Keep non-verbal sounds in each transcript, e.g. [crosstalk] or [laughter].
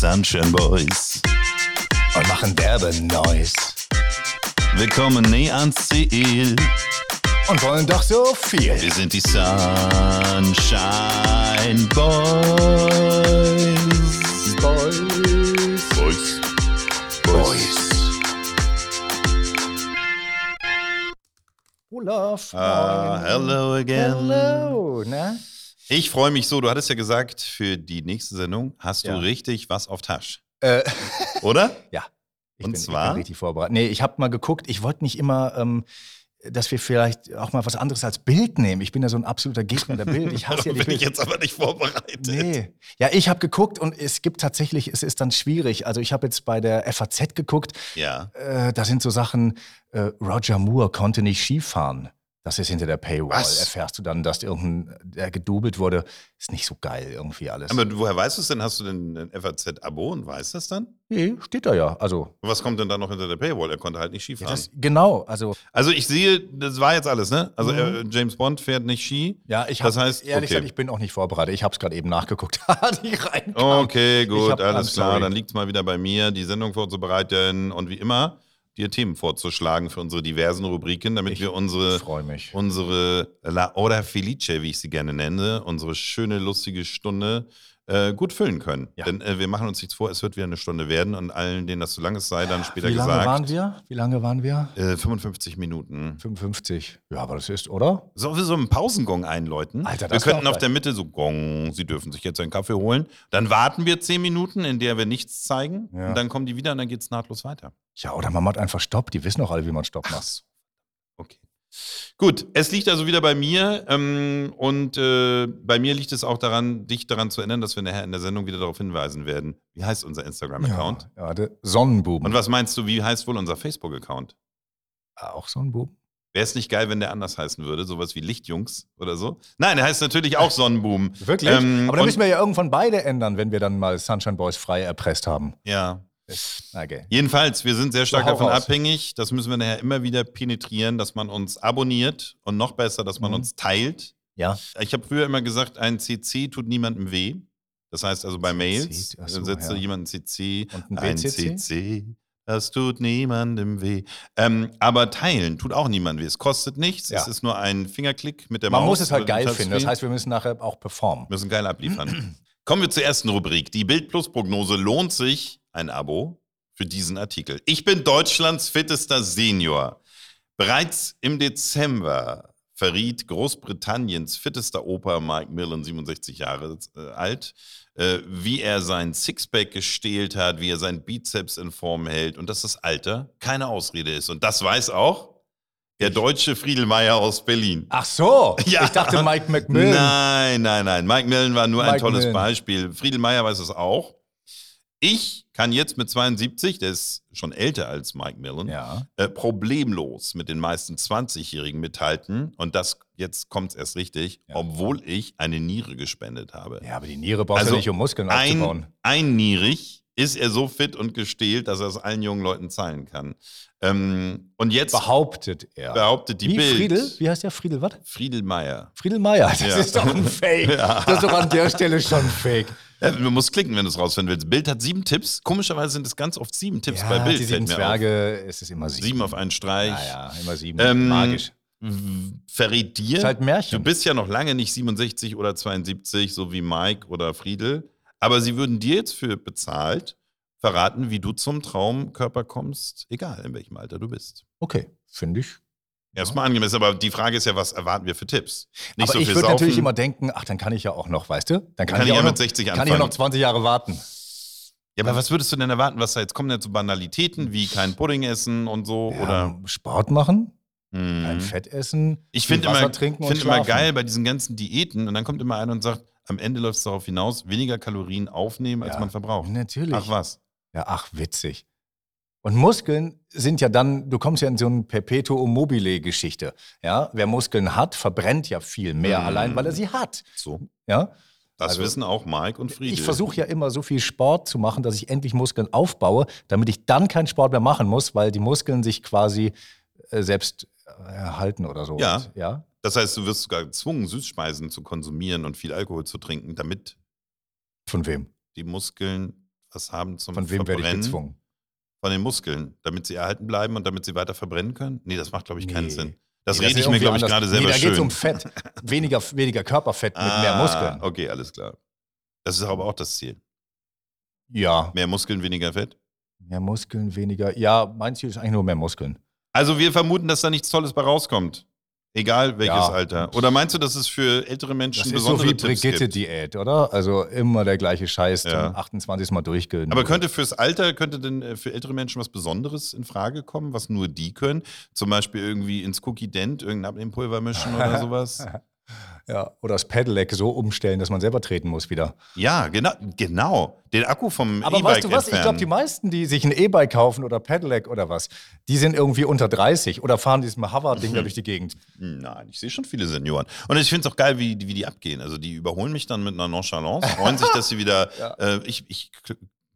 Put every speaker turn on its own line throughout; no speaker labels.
Dungeon Boys.
und machen derbe Noise
Wir kommen nie ans Ziel.
und wollen doch so viel.
Wir sind die Sunshine Boys.
Boys,
Boys.
Boys. Olaf.
Ah,
moin.
hello again.
Hello, ne? na?
Ich freue mich so. Du hattest ja gesagt, für die nächste Sendung hast
Ja.
du richtig was auf Tasch.
Äh, [laughs]
Oder?
ich
Und
bin, Ich
zwar?
bin richtig vorbereitet. Nee, ich habe mal geguckt, ich wollte nicht immer, ähm, dass wir vielleicht auch mal was anderes als Bild nehmen. Ich bin ja so ein absoluter Gegner der Bild. Ich
[laughs]
hasse ja die
bin ich
Bild.
jetzt aber nicht vorbereitet.
Nee. Ja, ich habe geguckt und es gibt tatsächlich, es ist dann schwierig. Also ich habe jetzt bei der FAZ geguckt,
Ja.
äh, da sind so Sachen, äh, Roger Moore konnte nicht Skifahren. Das ist hinter der Paywall.
Was?
Erfährst du dann, dass irgendein, der gedubelt wurde. Ist nicht so geil irgendwie alles.
Aber woher weißt du es denn? Hast du denn ein FAZ-Abo und weißt das dann?
nee, steht da ja. Also,
Was kommt denn da noch hinter der Paywall? Er konnte halt nicht Ski
ja,
fahren.
das, genau. Also,
also ich sehe, das war jetzt alles, ne? Also
Mhm.
äh, James Bond fährt nicht Ski.
ja, ich
Das
habe,
heißt,
ehrlich
okay.
gesagt, ich bin auch nicht vorbereitet. Ich habe es gerade eben nachgeguckt, [laughs] als ich reinkam.
Okay,
Genau. Ich
gut,
hab-
alles
I'm
klar.
sorry.
Dann liegt es mal wieder bei mir, die Sendung vorzubereiten und wie immer dir Themen vorzuschlagen für unsere diversen Rubriken, damit wir
Ich
unsere,
freue mich.
unsere La Hora Felice, wie ich sie gerne nenne, unsere schöne, lustige Stunde äh, gut füllen können.
Ja.
Denn äh, wir machen uns nichts vor, es wird wieder eine Stunde werden und allen, denen das zu lang ist, sei dann
Ah, Wie
später
lange
gesagt.
waren wir? Wie lange waren wir?
Äh, 55 Minuten.
55. Ja, aber das ist, oder?
Sollen wir so einen Pausengong einläuten?
Alter, das
wir könnten
wär auch
auf der Mitte so Gong, Sie dürfen sich jetzt einen Kaffee holen. Dann warten wir zehn Minuten, in der wir nichts zeigen.
Ja.
Und dann kommen die wieder und dann geht's nahtlos weiter.
Ja, oder man macht einfach Stopp. Die wissen auch alle, wie man Stopp macht.
so. Okay. Gut, es liegt also wieder bei mir. Ähm, und äh, bei mir liegt es auch daran, dich daran zu erinnern, dass wir nachher in der Sendung wieder darauf hinweisen werden. Wie heißt unser Instagram-Account?
Ja, ja, der Sonnenbuben.
Und was meinst du, wie heißt wohl unser Facebook-Account?
Auch Sonnenbuben?
Wäre es nicht geil, wenn der anders heißen würde? Sowas wie Lichtjungs oder so? Nein, der heißt natürlich
[laughs]
auch Sonnenboom.
Wirklich?
Ähm,
Aber dann
und-
müssen wir ja irgendwann beide ändern, wenn wir dann mal Sunshine Boys frei erpresst haben.
Ja.
Ist- Okay.
Jedenfalls, wir sind sehr stark
hau
davon
raus.
abhängig. Das müssen wir nachher immer wieder penetrieren, dass man uns abonniert und noch besser, dass man
Mhm.
uns teilt.
Ja.
Ich habe früher immer gesagt, ein CC tut niemandem weh. Das heißt also bei Mails
ach so,
äh, setzt
ja.
jemand ein CC,
Und ein
ein
BCC?
CC. Das tut niemandem weh. Ähm, aber teilen tut auch niemandem weh. Es kostet nichts.
Ja.
Es ist nur ein Fingerklick mit der
Man
Maus.
muss es halt
oder dem
geil finden. Das
Touchscreen.
heißt, wir müssen nachher auch performen.
müssen geil abliefern. Kommen wir zur ersten Rubrik. Die Bild Plus Prognose lohnt sich ein Abo für diesen Artikel. Ich bin Deutschlands fittester Senior. Bereits im Dezember verriet Großbritanniens fittester Opa Mike Millen, 67 Jahre äh, alt, äh, wie er sein Sixpack gestählt hat, wie er seinen Bizeps in Form hält und dass das Alter keine Ausrede ist. Und das weiß auch der deutsche Friedelmeier aus Berlin.
Ach so.
[laughs] Ja.
Ich dachte Mike McMillan.
Nein, nein, nein. Mike Millen war nur ein
Mike
tolles
Millen.
Beispiel. Friedel Meier weiß es auch. Ich kann jetzt mit 72, der ist schon älter als Mike Millen,
Ja.
äh, problemlos mit den meisten 20-Jährigen mithalten. Und das, jetzt kommt es erst richtig,
Ja.
obwohl ich eine Niere gespendet habe.
Ja, aber die Niere brauchst
Also
du nicht, um Muskeln
Ein,
aufzubauen.
einnierig ist er so fit und gestählt, dass er es allen jungen Leuten zahlen kann. Ähm, und jetzt
Behauptet er.
behauptet die
Wie
Bild.
Friedel? Wie heißt der Friedel? Was?
Friedel Meier.
Friedel Meier. Das
Ja.
ist doch
[laughs]
ein Fake. Das ist doch an der Stelle schon Fake.
Ja, du musst klicken, wenn du es rausfinden willst. Bild hat sieben Tipps. Komischerweise sind es ganz oft sieben Tipps
ja,
bei Bild.
die
fällt
sieben
mir
Zwerge, es ist immer
auf.
sieben.
Sieben auf einen Streich.
Ja, ja, immer sieben.
Ähm,
Magisch.
W- Verrät dir,
Ist halt
du
ein Märchen.
bist ja noch lange nicht 67 oder 72, so wie Mike oder Friedel. Aber sie würden dir jetzt für bezahlt verraten, wie du zum Traumkörper kommst, egal in welchem Alter du bist.
Okay, finde ich.
Erstmal angemessen, aber die Frage ist ja, was erwarten wir für Tipps? Nicht
aber
so
ich
viel
würde
saufen.
natürlich immer denken, ach, dann kann ich ja auch noch, weißt du? Dann
kann ich
auch
ja
noch,
mit 60
kann
anfangen.
ich ja noch 20 Jahre warten.
ja, aber was würdest du denn erwarten, was da jetzt kommen denn zu Banalitäten wie kein Pudding essen und so
Ja,
oder
Sport machen,
Mhm.
kein Fett essen,
Ich
viel
finde
Wasser
immer,
trinken und
find immer
schlafen.
geil bei diesen ganzen Diäten und dann kommt immer einer und sagt, am Ende läuft es darauf hinaus, weniger Kalorien aufnehmen, als
Ja.
man verbraucht.
Natürlich.
Ach was.
ja, ach, witzig. Und Muskeln sind ja dann, du kommst ja in so eine Perpetuum mobile-Geschichte. Ja, wer Muskeln hat, verbrennt ja viel mehr
Mm.
allein, weil er sie hat.
So.
Ja,
Das
Also,
wissen auch Mike und Friedel.
ich versuche ja immer so viel Sport zu machen, dass ich endlich Muskeln aufbaue, damit ich dann keinen Sport mehr machen muss, weil die Muskeln sich quasi äh, selbst äh, erhalten oder so.
Ja.
Und, ja.
Das heißt, du wirst sogar gezwungen, Süßspeisen zu konsumieren und viel Alkohol zu trinken, damit
Von wem?
die Muskeln was haben zum
Von wem werde ich
Verbrennen?
gezwungen?
Von den Muskeln, damit sie erhalten bleiben und damit sie weiter verbrennen können? Nee, das macht, glaube ich, keinen
Nee.
Sinn. Das
Nee,
rede
ist
ich mir,
irgendwie
glaube ich,
anders.
gerade selber
nee, da
schön.
geht's um Fett.
[laughs]
Weniger, weniger Körperfett mit mehr
Ah,
Muskeln.
Okay, alles klar. Das ist aber auch das Ziel.
Ja,
Mehr Muskeln, weniger Fett.
mehr Muskeln, weniger. Ja, mein Ziel ist eigentlich nur mehr Muskeln.
Also wir vermuten, dass da nichts Tolles bei rauskommt. Egal welches
Ja.
Alter. Oder meinst du, dass es für ältere Menschen
Das ist
besondere
so wie
Tipps gibt?
Brigitte-Diät, oder? Also immer der gleiche Scheiß zum
Ja.
28. Mal durchgehen.
Aber könnte fürs Alter, könnte denn äh, für ältere Menschen was Besonderes in Frage kommen, was nur die können? Zum Beispiel irgendwie ins Cookie Dent irgendein Abnehmpulver mischen
[laughs]
oder sowas?
ja, oder das Pedelec so umstellen, dass man selber treten muss wieder.
Ja, genau, genau. Den Akku vom
Aber
E-Bike
weißt du was? Ich glaube,
entfernen.
die meisten, die sich ein E-Bike kaufen oder Pedelec oder was, die sind irgendwie unter 30 oder fahren diesem Hover-Ding
Mhm.
da durch die Gegend.
Nein, ich sehe schon viele Senioren. Und ich finde es auch geil, wie, wie die abgehen. Also die überholen mich dann mit einer Nonchalance, freuen sich, dass sie wieder.
Ja.
Äh, ich ich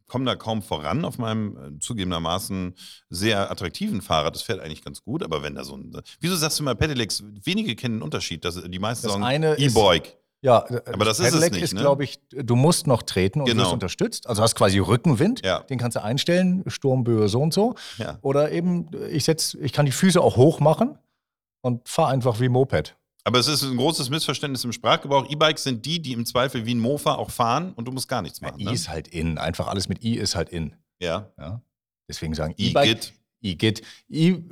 komme da kaum voran auf meinem äh, zugegebenermaßen sehr attraktiven Fahrrad. Das fährt eigentlich ganz gut, aber wenn da so ein. Wieso sagst du mal Pedelecs? Wenige kennen den Unterschied. Das, die meisten
Das eine
sagen
ist-
E-Bike.
Ja,
Aber das ist es
Pedelec
nicht, ne?
glaube ich, du musst noch treten und
Genau.
wirst unterstützt. Also hast quasi Rückenwind,
Ja.
den kannst du einstellen, Sturmböe so und so.
Ja.
Oder eben, ich, setz, ich kann die Füße auch hoch machen und fahre einfach wie Moped.
Aber es ist ein großes Missverständnis im Sprachgebrauch. E-Bikes sind die, die im Zweifel wie ein Mofa auch fahren und du musst gar nichts machen.
I
Ne?
ist halt in, einfach alles mit I ist halt in.
Ja.
Ja? Deswegen sagen E-Bike,
E-Git.
E-Git.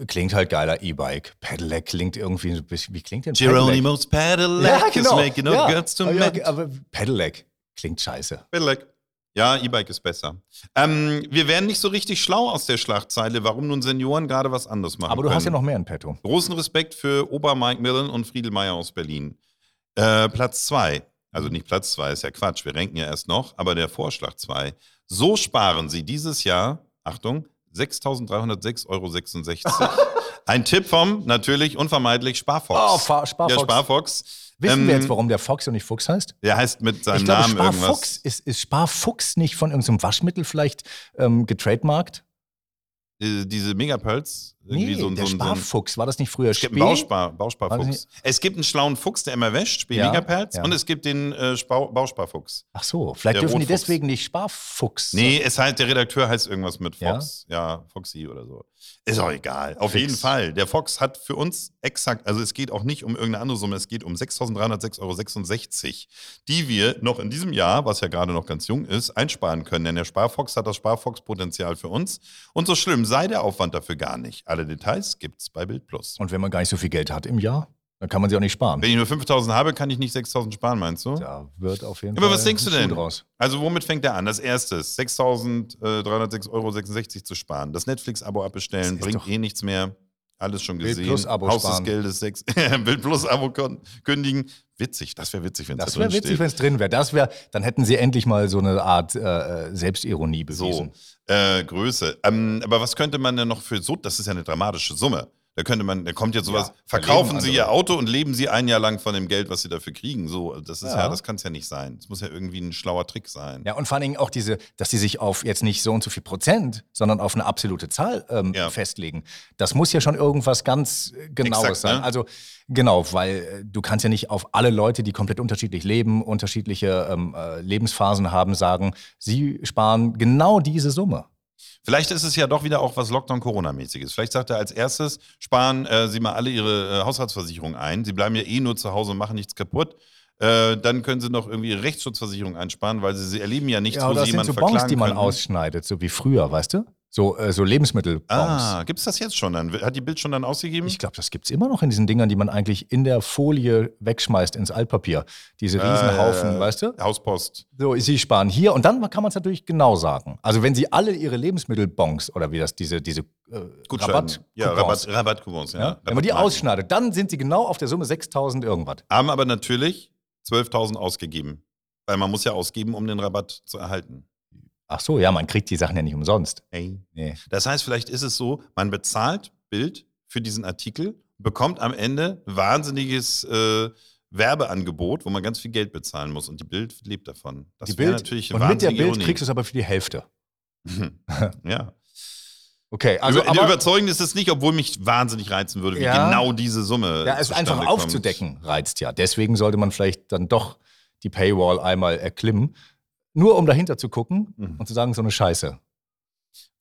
I klingt halt geiler, E-Bike. Pedelec klingt irgendwie so ein bisschen, wie klingt denn Pedelec?
Geronimo's Pedelec
Ja,
is
genau.
making no
ja.
guts to
aber,
men.
ja, aber Pedelec klingt scheiße.
Pedelec. Ja, E-Bike ist besser. Ähm, wir werden nicht so richtig schlau aus der Schlagzeile, warum nun Senioren gerade was anderes machen.
Aber du
können.
hast ja noch mehr in petto.
Großen Respekt für Ober Mike Millen und Friedel Meyer aus Berlin. Äh, Platz zwei, Also nicht Platz zwei ist ja Quatsch, wir ranken ja erst noch, aber der Vorschlag zwei. So sparen Sie dieses Jahr, Achtung, 6.306,66
[laughs]
Euro. Ein Tipp vom natürlich unvermeidlich Sparfox.
Oh, Fa- Sparfox.
Der Sparfox.
Wissen wir
Ähm,
jetzt, warum der Fox und nicht Fuchs heißt?
Der heißt mit seinem
Ich glaube,
Namen irgendwas.
Sparfuchs ist, ist Sparfuchs nicht von irgendeinem Waschmittel vielleicht ähm, getrademarkt?
äh, diese Megapulse.
Nee, der Sparfuchs, war das nicht früher
es gibt
Spee?
einen Bauspar,
Weiß
Bausparfuchs.
nicht.
Es gibt einen schlauen Fuchs, der immer wäscht, Spee
Ja,
Megapulse,
ja.
und es gibt den äh, Spau, Bausparfuchs.
Ach so, vielleicht
Der
dürfen die
Rotfuchs.
deswegen nicht Sparfuchs.
Nee, es heißt, der Redakteur heißt irgendwas mit
Ja?
Fox. Ja, Foxy oder so. Ist auch egal. Auf
Fix.
jeden Fall. Der Fox hat für uns exakt, also es geht auch nicht um irgendeine andere Summe, es geht um 6.306,66 Euro, die wir noch in diesem Jahr, was ja gerade noch ganz jung ist, einsparen können. Denn der Sparfox hat das Sparfox-Potenzial für uns. Und so schlimm sei der Aufwand dafür gar nicht. Alle Details gibt's bei Bild Plus.
Und wenn man gar nicht so viel Geld hat im Jahr, dann kann man sie auch nicht sparen.
Wenn ich nur 5000 habe, kann ich nicht 6000 sparen, meinst du?
Da wird auf jeden
Aber
Fall
was denkst du
ein Schuh
denn?
Draus.
Also womit fängt er an? Das erste, 6.306,66 Euro zu sparen. Das Netflix-Abo
Das
abbestellen,
ist
bringt
doch-
eh nichts mehr. Alles schon
Bild
gesehen.
Plus Abo
Haus
sparen.
des Geldes [laughs] 6. Bild plus Abo kon- kündigen. Witzig, das wäre witzig, wenn es
Das
da
wäre
drin
witzig,
steht.
wenn es drin wäre. Das wäre, dann hätten sie endlich mal so eine Art äh, äh, Selbstironie
So,
bewiesen.
äh, Größe. Ähm, aber was könnte man denn noch für so, das ist ja eine dramatische Summe. Da könnte man, da kommt jetzt sowas,
Ja, da
verkaufen
leben
Sie
andere.
Ihr Auto und leben Sie ein Jahr lang von dem Geld, was Sie dafür kriegen. So, das ist ja,
Ja.
das kann es ja nicht sein. Das muss ja irgendwie ein schlauer Trick sein.
Ja, und vor allen Dingen auch diese, dass die sich auf jetzt nicht so und so viel Prozent, sondern auf eine absolute Zahl ähm,
Ja.
festlegen. Das muss ja schon irgendwas ganz äh, Genaues
Exakt,
sein.
ne?
Also genau, weil äh, du kannst ja nicht auf alle Leute, die komplett unterschiedlich leben, unterschiedliche ähm, äh, Lebensphasen haben, sagen, sie sparen genau diese Summe.
Vielleicht ist es ja doch wieder auch was Lockdown-Corona-mäßiges. Vielleicht sagt er als erstes, sparen äh, Sie mal alle Ihre äh, Haushaltsversicherung ein. Sie bleiben ja eh nur zu Hause und machen nichts kaputt. Äh, dann können Sie noch irgendwie Ihre Rechtsschutzversicherung einsparen, weil Sie, sie erleben ja nichts,
ja,
wo
oder
Sie
das sind
jemanden
so Bons,
verklagen
die man
könnten.
ausschneidet, so wie früher, weißt du? So, äh, so Lebensmittelbons.
Ah, gibt es das jetzt schon dann? Hat die Bild schon dann ausgegeben?
Ich glaube, das gibt es immer noch in diesen Dingern, die man eigentlich in der Folie wegschmeißt ins Altpapier. Diese Riesenhaufen,
Äh,
weißt du?
Hauspost.
So, Sie sparen hier und dann kann man es natürlich genau sagen. Also wenn Sie alle Ihre Lebensmittelbons oder wie das, diese, diese äh,
Gutschein.
Rabatt,
ja, Rabatt, Rabattcoupons. Ja,
ja? Wenn man die
Rabattmarken.
ausschneidet, dann sind Sie genau auf der Summe 6.000 irgendwas.
Haben aber natürlich 12.000 ausgegeben. Weil man muss ja ausgeben, um den Rabatt zu erhalten.
Ach so, ja, man kriegt die Sachen ja nicht umsonst.
Ey.
Nee.
Das heißt, vielleicht ist es so, man bezahlt Bild für diesen Artikel, bekommt am Ende ein wahnsinniges äh, Werbeangebot, wo man ganz viel Geld bezahlen muss. Und die Bild lebt davon. Das
Die
wäre
Bild,
natürlich
und mit der
wahnsinnige
Bild
[laughs]
kriegst du es aber für die Hälfte.
Ironie. ja.
Okay, [laughs] also
Über,
aber,
überzeugend ist es nicht, obwohl mich wahnsinnig reizen würde, wie
Ja.
genau diese Summe.
ja, es
zustande
einfach
kommt.
aufzudecken reizt ja. Deswegen sollte man vielleicht dann doch die Paywall einmal erklimmen. Nur um dahinter zu gucken
Mhm.
und zu sagen, so eine Scheiße.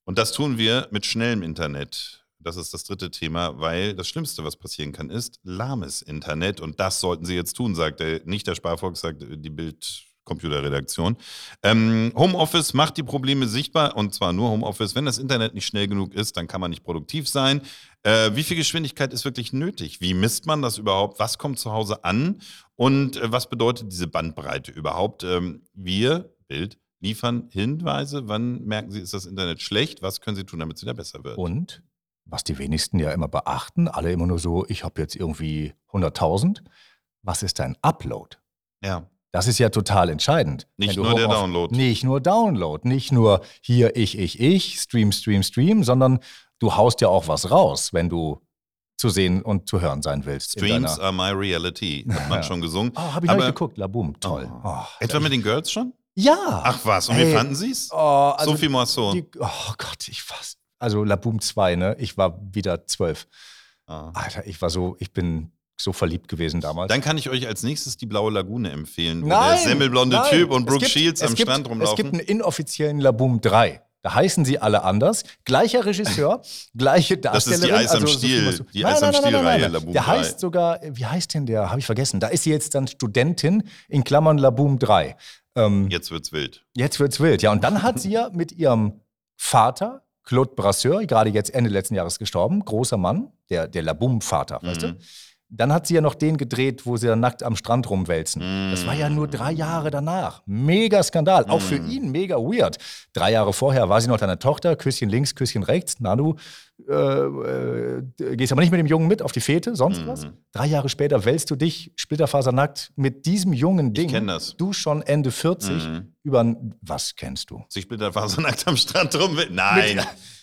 Und das tun wir mit schnellem Internet. Das ist das dritte Thema, weil das Schlimmste, was passieren kann, ist lahmes Internet. Und das sollten Sie jetzt tun, sagt der, nicht der Sparfuchs, sagt die Bild. Computerredaktion. Ähm, Homeoffice macht die Probleme sichtbar und zwar nur Homeoffice. Wenn das Internet nicht schnell genug ist, dann kann man nicht produktiv sein. Äh, wie viel Geschwindigkeit ist wirklich nötig? Wie misst man das überhaupt? Was kommt zu Hause an? Und äh, was bedeutet diese Bandbreite überhaupt? Ähm, wir, Bild, liefern Hinweise. Wann merken Sie, ist das Internet schlecht? Was können Sie tun, damit es wieder besser wird?
Und was die wenigsten ja immer beachten, alle immer nur so, ich habe jetzt irgendwie 100.000. Was ist dein Upload?
ja,
Das ist ja total entscheidend.
nicht
Wenn du
nur der
Homeoffice-
Download.
Nicht nur Download, nicht nur hier ich, ich, ich, Stream, Stream, Stream, sondern du haust ja auch was raus, wenn du zu sehen und zu hören sein willst. in
Streams
deiner-
are my reality, hat man
[laughs] Ja.
schon gesungen.
Oh, habe ich
Aber-
neulich geguckt. Laboom, toll.
Oh.
Oh,
Etwa mit den Girls schon?
ja.
Ach was, und wie
Ey.
fanden Sie es?
oh, also
Sophie Moisson.
die, oh Gott, ich fast. Also Laboom 2, ne? Ich war wieder zwölf.
Ah.
Alter, ich war so, ich bin so verliebt gewesen damals.
Dann kann ich euch als nächstes die Blaue Lagune empfehlen, wo der
Nein,
semmelblonde
nein.
Typ und
Es
Brooke
gibt-
Shields
es
am
gibt,
Strand rumlaufen.
Es gibt einen inoffiziellen Laboom 3. Da heißen sie alle anders. Gleicher
[laughs]
Regisseur, gleiche
Das ist
Darstellerin.
die
Also,
Eis am
so viel
Stiel-
musst du-
die
Nein,
Eis am
nein, nein, nein,
Stiel-Reihe,
nein, nein.
Laboom
Der
3.
heißt sogar, wie heißt denn der? Habe ich vergessen. Da ist sie jetzt dann Studentin, in Klammern Laboom 3. Ähm,
Jetzt wird's wild.
Jetzt wird's wild. Ja, und dann hat sie ja mit ihrem Vater, Claude Brasseur, gerade jetzt Ende letzten Jahres gestorben, großer Mann, der, der Laboum-Vater, weißt du?
Mhm.
Dann hat sie ja noch den gedreht, wo sie dann nackt am Strand rumwälzen.
Mhm.
Das war ja nur drei Jahre danach. Mega Skandal. Auch für
Mhm.
ihn mega weird. Drei Jahre vorher war sie noch deine Tochter, Küsschen links, Küsschen rechts. Na du, äh, äh, gehst aber nicht mit dem Jungen mit auf die Fete, sonst
Mhm.
was. Drei Jahre später wälzt du dich splitterfasernackt mit diesem jungen Ding.
kenn das.
Du schon Ende 40
Mhm.
über was kennst du?
Sich splitterfasernackt am Strand rum. Nein,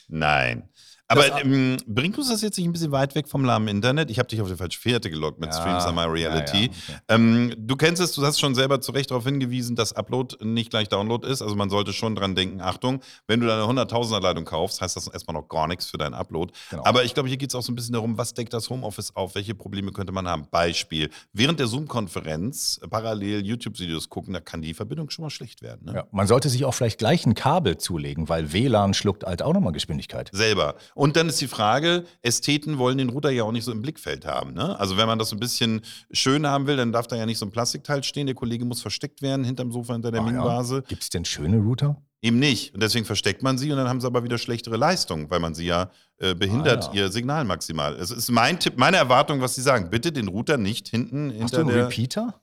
nein. Aber
Das-
ähm, bringt uns das jetzt nicht ein bisschen weit weg vom lahmen Internet? Ich habe dich auf die falsche Fährte gelockt mit Streams on My Reality.
Ja, ja.
Ähm, du kennst es, du hast schon selber zu Recht darauf hingewiesen, dass Upload nicht gleich Download ist. Also man sollte schon dran denken, Achtung, wenn du deine 100.000er Leitung kaufst, heißt das erstmal noch gar nichts für deinen Upload.
Genau.
Aber ich glaube, hier geht es auch so ein bisschen darum, was deckt das Homeoffice auf, welche Probleme könnte man haben. Beispiel, während der Zoom-Konferenz äh, parallel YouTube-Videos gucken, da kann die Verbindung schon mal schlecht werden. Ne?
Ja, man sollte sich auch vielleicht gleich ein Kabel zulegen, weil WLAN schluckt halt auch nochmal Geschwindigkeit.
Selber. Und dann ist die Frage, Ästheten wollen den Router ja auch nicht so im Blickfeld haben. Ne? Also wenn man das so ein bisschen schön haben will, dann darf da ja nicht so ein Plastikteil stehen. Der Kollege muss versteckt werden hinterm Sofa, hinter der
Ah ja.
Minenvase.
Gibt es denn schöne Router?
Eben nicht. Und deswegen versteckt man sie und dann haben sie aber wieder schlechtere Leistung, weil man sie ja äh, behindert,
Ah,
ihr Signal maximal. Es ist mein Tipp, meine Erwartung, was sie sagen. Bitte den Router nicht hinten
Hast
hinter
du einen
der.
Repeater?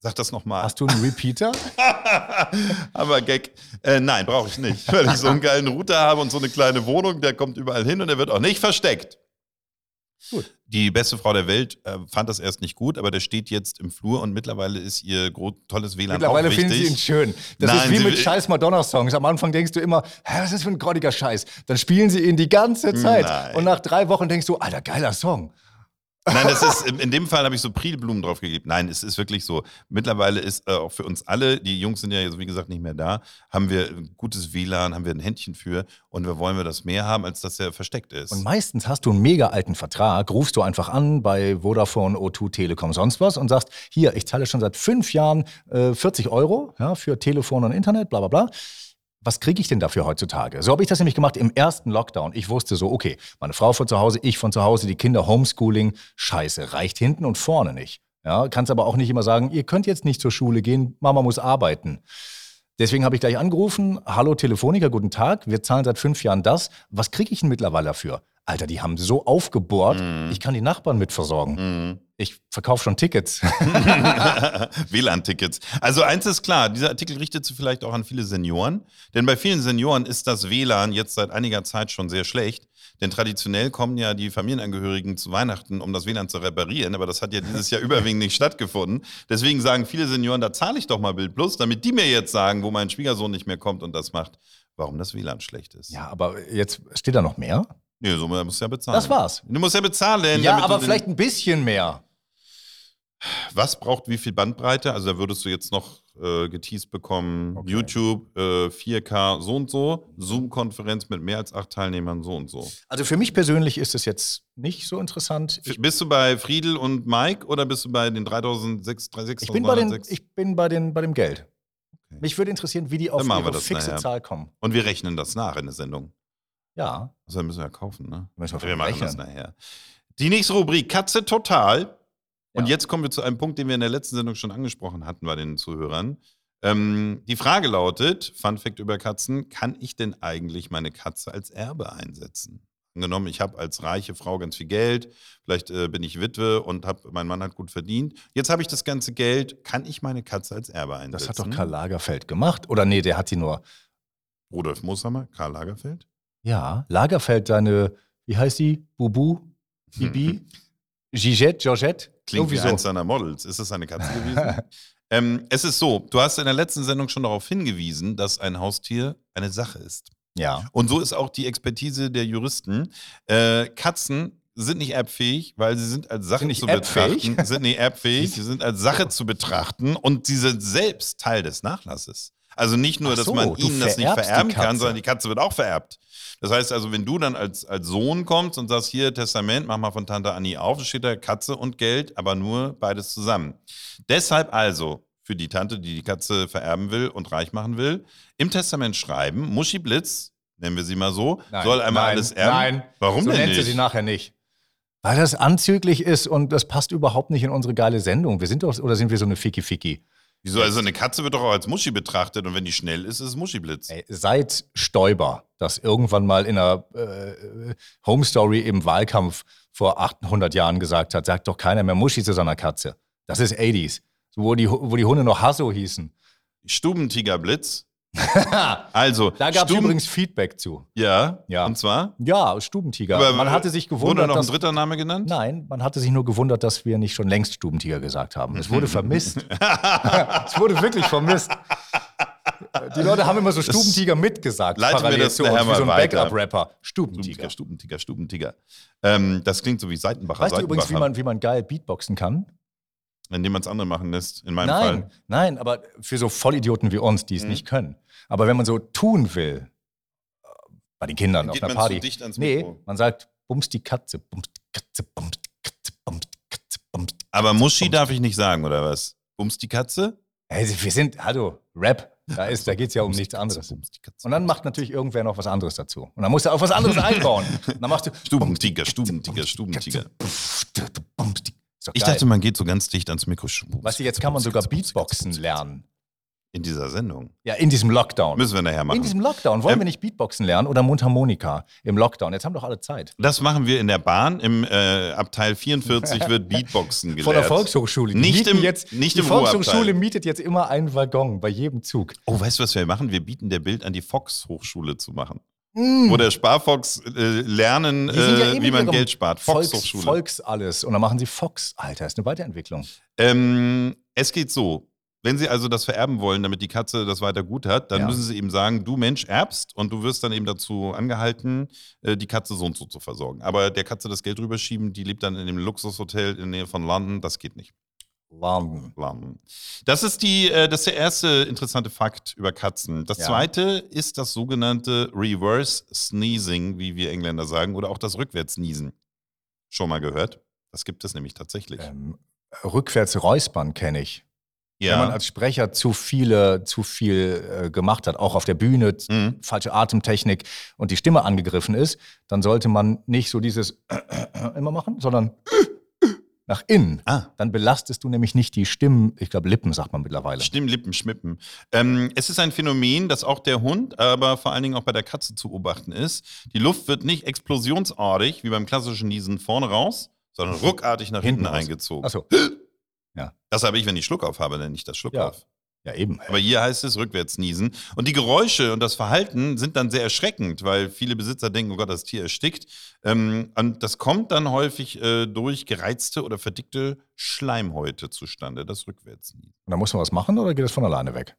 Sag das nochmal.
Hast du einen
[laughs]
Repeater?
aber Gag. Äh, nein, brauche ich nicht, weil ich so einen geilen Router habe und so eine kleine Wohnung, der kommt überall hin und der wird auch nicht versteckt.
Gut.
Die beste Frau der Welt äh, fand das erst nicht gut, aber der steht jetzt im Flur und mittlerweile ist ihr gro- tolles WLAN
Mittlerweile
auch wichtig.
finden sie ihn schön. Das
Nein,
ist wie
sie
mit
will-
scheiß Madonna-Songs. Am Anfang denkst du immer, Hä, was ist das für ein grottiger Scheiß? Dann spielen sie ihn die ganze Zeit.
Nein.
Und nach drei Wochen denkst du, alter, geiler Song.
Nein, das ist, in in dem Fall habe ich so Prilblumen draufgegeben. Nein, es ist wirklich so. Mittlerweile ist äh, auch für uns alle, die Jungs sind ja jetzt, wie gesagt, nicht mehr da, haben wir ein gutes WLAN, haben wir ein Händchen für und wir wollen wir das mehr haben, als dass er versteckt ist.
Und meistens hast du einen mega alten Vertrag, rufst du einfach an bei Vodafone, O2, Telekom, sonst was und sagst, hier, ich zahle schon seit fünf Jahren äh, 40 Euro ja, für Telefon und Internet, bla bla bla. Was kriege ich denn dafür heutzutage? So habe ich das nämlich gemacht im ersten Lockdown. Ich wusste so, okay, meine Frau von zu Hause, ich von zu Hause, die Kinder Homeschooling, scheiße, reicht hinten und vorne nicht. Ja, kannst aber auch nicht immer sagen, ihr könnt jetzt nicht zur Schule gehen, Mama muss arbeiten. Deswegen habe ich gleich angerufen, hallo Telefonica, guten Tag, wir zahlen seit fünf Jahren das. Was kriege ich denn mittlerweile dafür? Alter, die haben so aufgebohrt, ich kann die Nachbarn mit versorgen.
Mhm.
Ich verkaufe schon Tickets. [laughs]
[laughs] WLAN-Tickets. Also eins ist klar, dieser Artikel richtet sich vielleicht auch an viele Senioren, denn bei vielen Senioren ist das WLAN jetzt seit einiger Zeit schon sehr schlecht, denn traditionell kommen ja die Familienangehörigen zu Weihnachten, um das WLAN zu reparieren, aber das hat ja dieses Jahr [laughs] überwiegend nicht stattgefunden. Deswegen sagen viele Senioren, da zahle ich doch mal Bild Plus, damit die mir jetzt sagen, wo mein Schwiegersohn nicht mehr kommt und das macht, warum das WLAN schlecht ist.
Ja, aber jetzt steht da noch mehr.
Nee, so musst du ja bezahlen.
Das war's.
Du musst ja bezahlen.
Ja,
damit du
aber
den-
vielleicht ein bisschen mehr.
Was braucht wie viel Bandbreite? Also da würdest du jetzt noch äh, geteased bekommen,
Okay.
YouTube, äh, 4K, so und so, Zoom-Konferenz mit mehr als acht Teilnehmern, so und so.
Also für mich persönlich ist es jetzt nicht so interessant.
F- bist du bei Friedel und Mike oder bist du bei den 3006,
Ich bin bei, den,
3606?
ich bin bei, den, bei dem Geld. Mich würde interessieren, wie die auf
Dann machen wir
ihre
das
fixe
nachher.
Zahl kommen.
Und wir rechnen das nach in der Sendung.
Ja,
Also dann müssen wir ja kaufen, ne?
müssen
Wir machen das
verrechnen.
nachher. Die nächste Rubrik, Katze total. Und
Ja.
jetzt kommen wir zu einem Punkt, den wir in der letzten Sendung schon angesprochen hatten bei den Zuhörern. Ähm, die Frage lautet, Fun Fact über Katzen, kann ich denn eigentlich meine Katze als Erbe einsetzen? Angenommen, ich habe als reiche Frau ganz viel Geld, vielleicht äh, bin ich Witwe und hab, mein Mann hat gut verdient. Jetzt habe ich das ganze Geld, kann ich meine Katze als Erbe einsetzen?
Das hat doch Karl Lagerfeld gemacht. Oder nee, der hat die nur.
Rudolf Moshammer, Karl Lagerfeld.
Ja, Lagerfeld, seine, wie heißt die? Bubu? Bibi? Gigette? Georgette?
Mhm. Klingt
Irgendwie
wie eins seiner Models. Ist es eine Katze gewesen? ähm, es ist so, du hast in der letzten Sendung schon darauf hingewiesen, dass ein Haustier eine Sache ist.
Ja.
Und so ist auch die Expertise der Juristen. Äh, Katzen sind nicht erbfähig, weil sie sind als Sache
Sind nicht
zu
erbfähig?
betrachten. [laughs] Sind nicht erbfähig, sie sind als Sache zu betrachten und sie sind selbst Teil des Nachlasses. Also nicht nur,
Ach
dass
so,
man
du
ihnen das nicht
vererbst die
vererben kann,
Katze.
sondern die Katze wird auch vererbt. Das heißt also, wenn du dann als, als Sohn kommst und sagst, hier, Testament, mach mal von Tante Annie auf, dann steht da Katze und Geld, aber nur beides zusammen. Deshalb also für die Tante, die die Katze vererben will und reich machen will, im Testament schreiben, Muschi Blitz, nennen wir sie mal so,
Nein,
soll einmal
nein,
alles erben.
Nein.
Warum
so
denn
nennt
nicht?
sie sie nachher nicht. Weil das anzüglich ist und das passt überhaupt nicht in unsere geile Sendung. Wir sind doch, oder sind wir so eine Fiki-Fiki?
Wieso? Also eine Katze wird doch auch als Muschi betrachtet und wenn die schnell ist, ist es Muschi Blitz.
Ey, Seit Stoiber, das irgendwann mal in einer äh, Home Story im Wahlkampf vor 800 Jahren gesagt hat, sagt doch keiner mehr Muschi zu seiner Katze. Das ist 80s, wo die, wo die Hunde noch Hasso hießen.
Stubentiger
[laughs]
Blitz.
da
Also,
gab es
Stuben-
übrigens Feedback zu.
Ja,
Ja.
und zwar?
Ja, Stubentiger.
Aber
man hatte sich
Wurde
gewundert,
noch ein
dass,
dritter Name genannt?
nein, man hatte sich nur gewundert, dass wir nicht schon längst Stubentiger gesagt haben. Es
[laughs]
wurde vermisst. [laughs] es wurde wirklich vermisst. Die Leute haben immer so Stubentiger mitgesagt.
Leiten wir
parallel
das
zu uns,
nachher
wie so ein
mal weiter.
Backup-Rapper. Stubentiger.
Stubentiger, Stubentiger, Stubentiger. Ähm, das klingt so wie Seitenbacher.
Weißt du übrigens, wie
Seitenbacher,
man, wie man geil Beatboxen kann?
indem man es andere machen lässt, in meinem
Nein,
Fall. Mhm.
nein, aber für so Vollidioten wie uns, die es nicht können. Aber wenn man so tun will, äh, bei den Kindern
Dann
auf
geht
einer
man zu
Party,
dicht ans
nee,
Mikro.
man sagt, bums die Katze, bums die Katze, bums die Katze, bums die Katze, bums die
Aber Muschi
Bums.
darf ich nicht sagen, oder was? Bums die Katze?
Also wir sind, hallo, Rap, da, ist, da geht's ja um
Bums die
nichts
Katze,
anderes.
Bums die Katze.
Und dann macht natürlich irgendwer noch was anderes dazu. Und dann musst du auch was
[laughs]
anderes einbauen. Und dann machst du
Stubentiger, Stubentiger, Stubentiger. Ich
Ich
dachte, man geht so ganz dicht ans Mikro. Bums,
weißt du, jetzt
Katze,
kann man
Bums,
sogar
Katze, Bums, Katze,
Beatboxen
Bums, Katze.
lernen.
In dieser Sendung.
Ja, in diesem Lockdown.
Müssen wir nachher
In
machen.
diesem Lockdown wollen
Ähm,
wir nicht Beatboxen lernen oder Mundharmonika im Lockdown. Jetzt haben doch alle Zeit.
Das machen wir in der Bahn. Im äh, Abteil 44
[laughs]
wird Beatboxen gelehrt.
Von der Volkshochschule. Die
Nicht
mieten
im-
jetzt,
nicht
die
im
Volkshochschule
Ruheabteil.
mietet jetzt immer einen Waggon bei jedem Zug.
Oh, weißt du, was wir machen? Wir bieten der Bild an, die Fox-Hochschule zu machen. Wo der Sparfox äh, lernen,
Die sind ja eh
äh,
mit
wie man
ihrem
Geld spart.
Volks,
Fox-Hochschule.
Volks alles. Und dann machen sie Fox. Alter, ist eine Weiterentwicklung.
Ähm, es geht so. Wenn Sie also das vererben wollen, damit die Katze das weiter gut hat, dann
Ja.
müssen Sie eben sagen, du Mensch erbst und du wirst dann eben dazu angehalten, äh, die Katze so und so zu versorgen. Aber der Katze das Geld rüberschieben, die lebt dann in dem Luxushotel in der Nähe von London, das geht nicht.
London.
London. Das ist, die, äh, das ist der erste interessante Fakt über Katzen. Das
Ja.
zweite ist das sogenannte Reverse Sneezing, wie wir Engländer sagen, oder auch das Rückwärtsniesen. Schon mal gehört? Das gibt es nämlich tatsächlich.
Ähm, rückwärts Räuspern kenne ich. Wenn man als Sprecher zu viele, zu viel äh, gemacht hat, auch auf der Bühne,
mhm.
falsche Atemtechnik und die Stimme angegriffen ist, dann sollte man nicht so dieses [clears throat] immer machen, sondern [clears throat] nach innen.
Ah,
Dann belastest du nämlich nicht die Stimmen, ich glaube Lippen sagt man mittlerweile.
Stimmen, Lippen, Schmippen. Ähm, es ist ein Phänomen, das auch der Hund, aber vor allen Dingen auch bei der Katze zu beobachten ist. Die Luft wird nicht explosionsartig, wie beim klassischen Niesen, vorne raus, sondern ruckartig nach hinten,
Hinten raus. Also-
eingezogen.
Achso,
Das habe ich, wenn ich Schluckauf habe, nenne ich das Schluckauf.
ja eben.
Aber hier heißt es rückwärts niesen. Und die Geräusche und das Verhalten sind dann sehr erschreckend, weil viele Besitzer denken, oh Gott, das Tier erstickt. Ähm, und das kommt dann häufig äh, durch gereizte oder verdickte Schleimhäute zustande, das rückwärts niesen.
Und da muss man was machen oder geht das von alleine weg?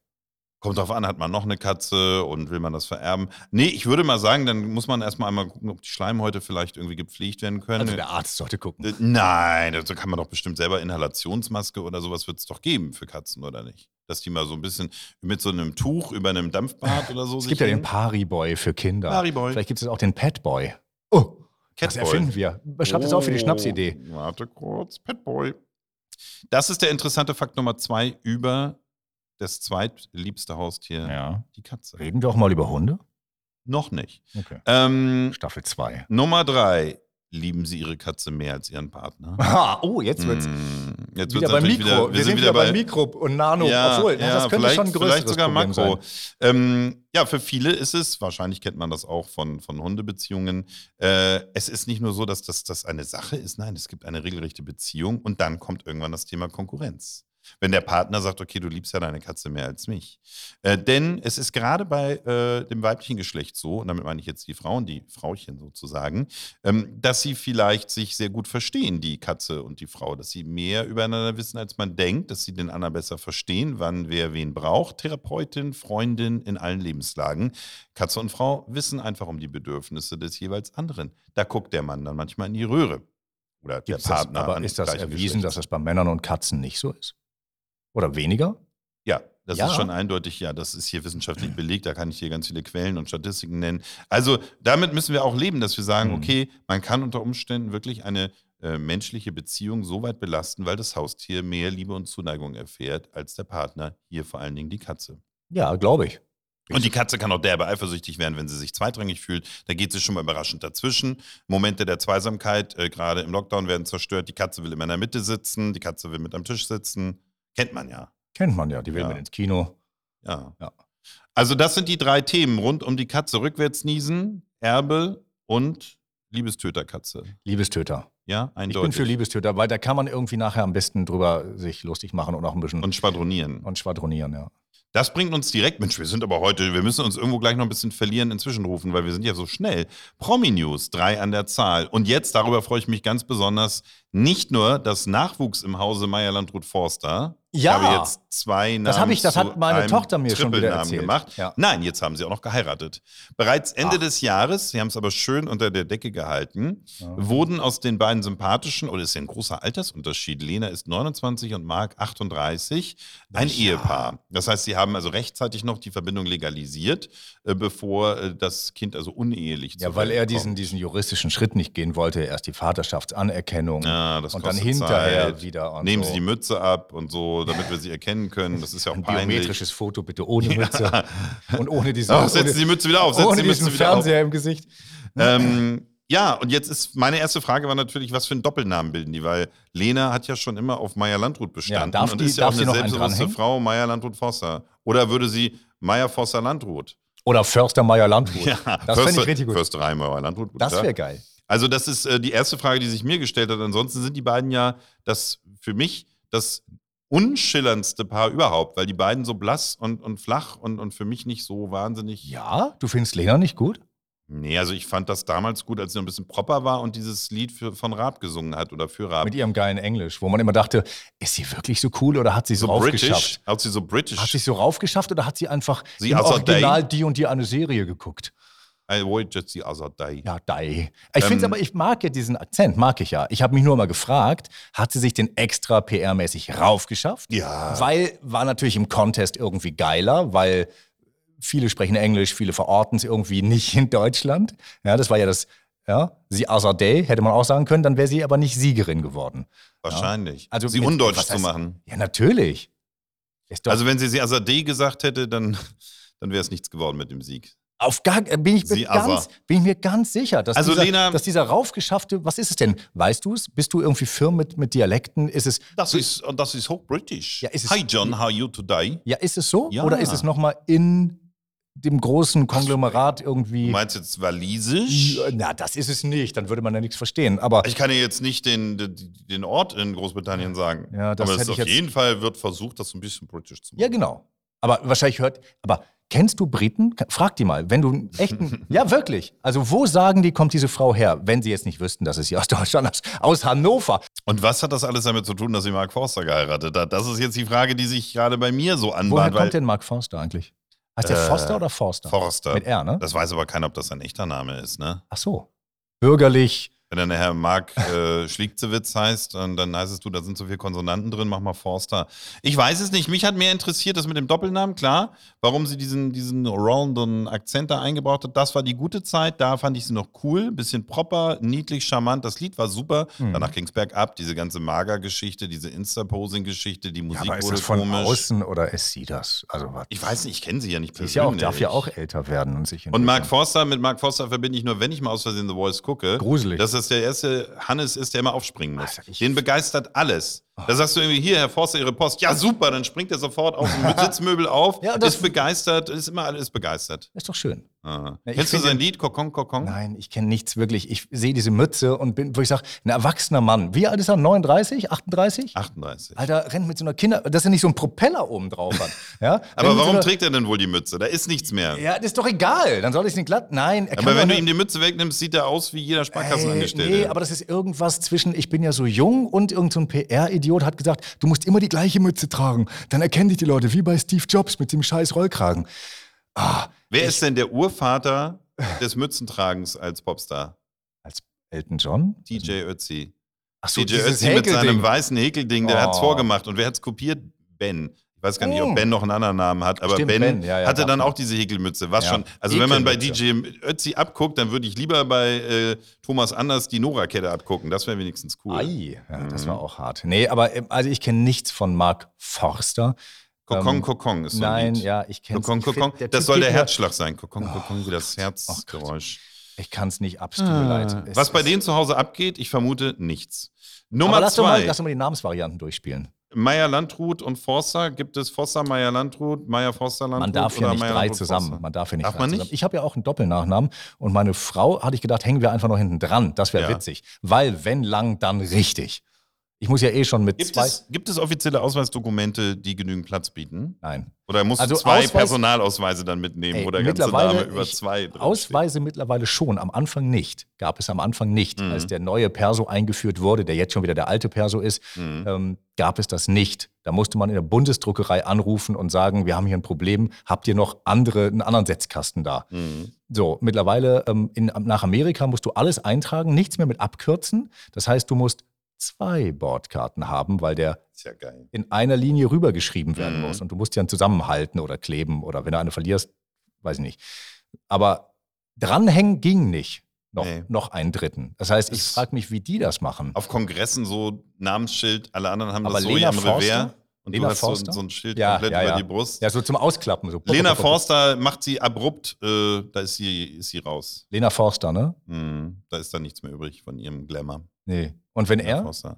Kommt drauf an, hat man noch eine Katze und will man das vererben? Nee, ich würde mal sagen, dann muss man erstmal einmal gucken, ob die Schleimhäute vielleicht irgendwie gepflegt werden können.
Also der Arzt sollte gucken.
Äh, Nein, also kann man doch bestimmt selber Inhalationsmaske oder sowas wird es doch geben für Katzen, oder nicht? Dass die mal so ein bisschen mit so einem Tuch über einem Dampfbad oder so
Es gibt ja den
hin-
Pariboy für Kinder.
Pariboy.
Vielleicht gibt es auch den Petboy. Oh, das
Catboy.
erfinden wir. Schreibt das auch für die
Oh,
Schnapsidee.
Warte kurz, Petboy. Das ist der interessante Fakt Nummer zwei über das zweitliebste Haustier
Ja.
die Katze.
Reden wir auch mal über Hunde?
Noch nicht.
Okay.
Ähm,
Staffel 2.
Nummer drei. Lieben Sie Ihre Katze mehr als Ihren Partner?
Oh, [laughs] jetzt wird's
Hm, jetzt
wieder
wird's
beim
natürlich
Mikro.
Wieder,
wir, sind wieder beim Mikro und Nano.
Ja,
Obwohl, na,
ja,
das könnte
vielleicht,
schon ein größeres
vielleicht sogar
Problem
Makro.
sein.
Ähm, ja, für viele ist es, wahrscheinlich kennt man das auch von, von Hundebeziehungen, äh, es ist nicht nur so, dass das, das eine Sache ist, nein, es gibt eine regelrechte Beziehung und dann kommt irgendwann das Thema Konkurrenz. Wenn der Partner sagt, okay, du liebst ja deine Katze mehr als mich. Äh, denn es ist gerade bei äh, dem weiblichen Geschlecht so, und damit meine ich jetzt die Frauen, die Frauchen sozusagen, ähm, dass sie vielleicht sich sehr gut verstehen, die Katze und die Frau, dass sie mehr übereinander wissen, als man denkt, dass sie den anderen besser verstehen, wann wer wen braucht. Therapeutin, Freundin in allen Lebenslagen. Katze und Frau wissen einfach um die Bedürfnisse des jeweils anderen. Da guckt der Mann dann manchmal in die Röhre. Oder
Gibt's
der
das,
Partner.
aber
an
ist das
gleichen
erwiesen,
Geschlecht.
dass das bei Männern und Katzen nicht so ist? Oder weniger?
Ja, das
Ja.
ist schon eindeutig, ja, das ist hier wissenschaftlich belegt, da kann ich dir ganz viele Quellen und Statistiken nennen. Also damit müssen wir auch leben, dass wir sagen,
Mhm.
okay, man kann unter Umständen wirklich eine äh, menschliche Beziehung so weit belasten, weil das Haustier mehr Liebe und Zuneigung erfährt als der Partner, hier vor allen Dingen die Katze.
Ja, glaube ich.
Und die Katze kann auch derbe eifersüchtig werden, wenn sie sich zweitrangig fühlt. Da geht sie schon mal überraschend dazwischen. Momente der Zweisamkeit, äh, gerade im Lockdown, werden zerstört. Die Katze will immer in der Mitte sitzen, die Katze will mit am Tisch sitzen. Kennt man ja.
Kennt man ja. Die will
Ja.
mit ins Kino.
Ja.
Ja.
Also das sind die drei Themen rund um die Katze. Rückwärts niesen, Erbe und Liebestöterkatze.
Liebestöter.
Ja,
Ich
eindeutig.
bin für Liebestöter, weil da kann man irgendwie nachher am besten drüber sich lustig machen und auch ein bisschen
und schwadronieren.
und schwadronieren, ja.
Das bringt uns direkt, Mensch, wir sind aber heute, wir müssen uns irgendwo gleich noch ein bisschen verlieren in Zwischenrufen, weil wir sind ja so schnell. Promi-News, drei an der Zahl. Und jetzt, darüber freue ich mich ganz besonders, nicht nur das Nachwuchs im Hause Meyer-Landrut-Forster.
Ja.
Ich habe jetzt zwei Namen
Das habe ich, das
zu
hat meine
einem
Tochter mir schon wieder
Trippelnamen
erzählt.
gemacht.
Ja.
Nein, jetzt haben sie auch noch geheiratet. Bereits Ende
Ach.
des Jahres, sie haben es aber schön unter der Decke gehalten,
Ja.
wurden aus den beiden sympathischen, oder ist ja ein großer Altersunterschied, Lena ist 29 und Marc 38, ein
Ja.
Ehepaar. Das heißt, sie haben also rechtzeitig noch die Verbindung legalisiert, äh, bevor äh, das Kind also unehelich zur
Ja, weil
Welt
er diesen,
kommt.
diesen juristischen Schritt nicht gehen wollte, erst die Vaterschaftsanerkennung
Ja, das
und dann
kostet
hinterher
Zeit.
wieder und
Nehmen
so.
Sie die Mütze ab und so, damit wir sie erkennen können. Das
[laughs]
ist ja auch
ein
peinlich.
biometrisches Foto bitte ohne Mütze
[laughs]
und ohne diesen,
Ach,
ohne,
Oh, setzen Sie die Mütze wieder auf. Setzen
ohne
Sie die Mütze
diesen
wieder auf.
Fernseher im Gesicht.
Ähm, ja, und jetzt ist meine erste Frage war natürlich, was für einen Doppelnamen bilden die? Weil Lena hat ja schon immer auf Meier Landrut bestanden
Ja, darf
und
die-
ist ja
darf
auch
sie
eine
noch einen
selbstbewusste
dranhängen?
Frau, Meier Landrut Forster. Oder würde sie Meier Forster Landrut?
Oder Förstermeier Landrut. das fände ich richtig gut.
Försterei Meier Landrut. guten
Das
Tag.
wäre geil.
Also, das ist äh, die erste Frage, die sich mir gestellt hat. Ansonsten sind die beiden ja das für mich das unschillerndste Paar überhaupt, weil die beiden so blass und, und flach und, und für mich nicht so wahnsinnig
Ja, du findest Lena nicht gut?
Nee, also ich fand das damals gut, als sie noch ein bisschen proper war und dieses Lied für, von Raab gesungen hat oder für Raab.
Mit ihrem geilen Englisch, wo man immer dachte, ist sie wirklich so cool oder hat sie so
so
raufgeschafft?
British. Hat sie so British.
Hat sie so raufgeschafft oder hat sie einfach
Sie
im
also
Original die und die eine Serie geguckt?
I wait just the other day.
Ja, dei. Ich
Ähm,
finde aber, ich mag ja diesen Akzent, mag ich ja. Ich habe mich nur mal gefragt, hat sie sich den extra PR-mäßig raufgeschafft?
Ja.
Weil war natürlich im Contest irgendwie geiler, weil viele sprechen Englisch, viele verorten es irgendwie nicht in Deutschland. Ja, das war ja das, ja, sie Azadeh, hätte man auch sagen können, dann wäre sie aber nicht Siegerin geworden.
Wahrscheinlich.
Also
sie
mit-
undeutsch
was
zu
heißt-
machen.
Ja, natürlich. Ist doch
Also wenn sie sie other day gesagt hätte, dann, [laughs] dann wäre es nichts geworden mit dem Sieg.
Auf gar äh, bin ich,
Sie
mir ganz,
aber.
bin ich mir ganz sicher, dass,
Also,
dieser,
Lena-
dass dieser raufgeschaffte, was ist es denn? Weißt du es? Bist du irgendwie firm mit, mit Dialekten? Ist es,
Das ist, und das ist hochbritisch.
Ja, ist es-
Hi John, how are you today?
ja, ist es so?
Ja.
Oder ist es nochmal in dem großen Konglomerat
Du
irgendwie?
meinst jetzt walisisch?
Na, das ist es nicht. Dann würde man ja nichts verstehen. Aber
Ich kann dir jetzt nicht den, den den Ort in Großbritannien sagen.
Ja, das
aber es
hätte
ist auf
ich jetzt-
jeden Fall wird versucht, das so ein bisschen britisch zu machen.
ja, genau. Aber wahrscheinlich hört. Aber kennst du Briten? Frag die mal. Wenn du einen
[laughs]
echten. ja, wirklich. Also wo sagen die, kommt diese Frau her? Wenn sie jetzt nicht wüssten, dass es sie aus Deutschland ist, aus Hannover.
Und was hat das alles damit zu tun, dass sie Mark Forster geheiratet hat? Das ist jetzt die Frage, die sich gerade bei mir so
Woher
anbahnt. weil
kommt denn Mark Forster eigentlich? Heißt der
Äh,
Forster oder Forster?
Forster.
Mit R, ne?
Das weiß aber keiner, ob das ein echter Name ist, ne?
Ach so. Bürgerlich,
Wenn dann der Herr Marc äh, Schliegzewitz heißt, dann, dann heißt es du, da sind so viele Konsonanten drin, mach mal Forster. Ich weiß es nicht. Mich hat mehr interessiert, das mit dem Doppelnamen, klar. Warum sie diesen, diesen roundon Akzent da eingebracht hat, das war die gute Zeit. Da fand ich sie noch cool, bisschen proper, niedlich, charmant. Das Lied war super.
Hm.
Danach ging es bergab. Diese ganze Mager-Geschichte, diese Insta-Posing-Geschichte, die Musik
aber ist
wurde
das von
komisch.
außen oder ist sie das? Also was?
Ich weiß nicht, ich kenne sie ja nicht
Sie ist
persönlich.
ja auch, darf ja auch älter werden und sich
Und
entwickeln.
Mark Forster, mit Mark Forster verbinde ich nur, wenn ich mal aus Versehen The Voice gucke,
Gruselig.
dass das der erste Hannes ist, der immer aufspringen muss.
Alter, ich-
Den begeistert alles. Da sagst du irgendwie, hier, Herr Forster, Ihre Post. Ja, super, dann springt er sofort auf
[laughs]
dem Sitzmöbel auf,
Ja, das-
ist begeistert, ist immer alles begeistert.
Ist doch schön.
Aha.
Ja, ich
Kennst du
finde-
sein Lied, Kokon, Kokon?
Nein, ich kenne nichts wirklich. Ich sehe diese Mütze und bin, wo ich sage, ein erwachsener Mann. Wie alt ist er? 39, 38?
38.
Alter, rennt mit so einer Kinder, dass er nicht so einen Propeller oben drauf
[laughs]
hat. Ja? Rennt
Aber warum
mit so einer,
trägt er denn wohl die Mütze? Da ist nichts mehr.
Ja, das ist doch egal. Dann soll ich es nicht glatt. Nein, er
Aber
doch
wenn du
nicht-
ihm die Mütze wegnimmst, sieht er aus wie jeder
Ey,
Sparkassenangestellte.
nee, aber das ist irgendwas zwischen, ich bin ja so jung und irgendein so ein PR-Idiot hat gesagt, du musst immer die gleiche Mütze tragen. Dann erkennen dich die Leute, wie bei Steve Jobs mit dem scheiß Rollkragen.
Wer ist denn der
[laughs]
Urvater des Mützentragens als Popstar?
Elton John?
DJ Ötzi.
Ach
DJ
dieses
Ötzi mit seinem
Häkelding.
weißen Häkelding, der hat's
Oh.
vorgemacht. Und wer hat's kopiert? Ben. Ich weiß gar nicht, ob
Hm.
Ben noch einen anderen Namen hat, aber
Stimmt,
Ben,
Ben, ja, ja,
hatte dann
darf
auch diese Häkelmütze. Was
Ja.
schon. Also wenn man bei DJ
Häkelmütze.
Ötzi abguckt, dann würde ich lieber bei äh, Thomas Anders die Nora-Kette abgucken. Das wäre wenigstens cool. Mhm.
Ei, ja, das war auch hart. Nee, aber ähm, also ich kenne nichts von Mark Forster.
Kokon,
Ähm,
Kokon ist so ein
Nein,
Lied.
ja, ich kenne
Kokon, Kokon. Das soll der Herzschlag sein. Kokon,
Oh
Kokon, wie das Herzgeräusch.
Ich kann es nicht ab, es tut mir leid. Oh Es
Ah. Was bei
ist-
denen zu Hause abgeht, ich vermute nichts.
Aber
Nummer
lass doch, mal,
zwei.
lass doch mal die Namensvarianten durchspielen.
Meyer Landrut und Forster. Gibt es Forster, Meyer Landrut, Meyer Forster Landrut?
Man darf ja
oder
nicht
Meyer
drei
Landrut,
zusammen.
Forster?
Man darf ja nicht
Darf
drei
man
zusammen.
nicht?
Ich habe ja auch einen Doppelnachnamen und meine Frau hatte ich gedacht, hängen wir einfach noch hinten dran. Das wäre
Ja.
witzig. Weil wenn lang, dann richtig. Ich muss ja eh schon mit
Gibt
zwei.
es, gibt es offizielle Ausweisdokumente, die genügend Platz bieten?
Nein.
Oder musst
Also
du zwei
Ausweis-
Personalausweise dann mitnehmen,
Ey,
wo der ganze
mittlerweile,
Name über
ich-
zwei drin
Ausweise mittlerweile schon, am Anfang nicht. Gab es am Anfang nicht.
Mhm.
Als der neue Perso eingeführt wurde, der jetzt schon wieder der alte Perso ist,
Mhm.
ähm, gab es das nicht. Da musste man in der Bundesdruckerei anrufen und sagen, wir haben hier ein Problem, habt ihr noch andere, einen anderen Setzkasten da?
Mhm.
So, mittlerweile ähm, in, nach Amerika musst du alles eintragen, nichts mehr mit abkürzen. Das heißt, du musst zwei Bordkarten haben, weil der
Ist ja geil.
in einer Linie rübergeschrieben werden
Mhm.
muss. Und du musst die dann zusammenhalten oder kleben oder wenn du eine verlierst, weiß ich nicht. Aber dranhängen ging nicht. Noch,
Nee.
noch einen dritten. Das heißt, ich
Das-
frage mich, wie die das machen.
Auf Kongressen so Namensschild, alle anderen haben
Aber
das so
Lena
hier am
Forster?
Revers. Und
Lena
du hast so,
Forster?
so ein Schild
Ja,
komplett
ja,
über
ja.
die Brust.
Ja, so zum Ausklappen. So.
Lena Forster macht sie abrupt, äh, da ist sie, ist sie raus.
Lena Forster, ne?
Mhm. Da ist dann nichts mehr übrig von ihrem Glamour.
Nee. Und wenn
Lena
er?
Forster.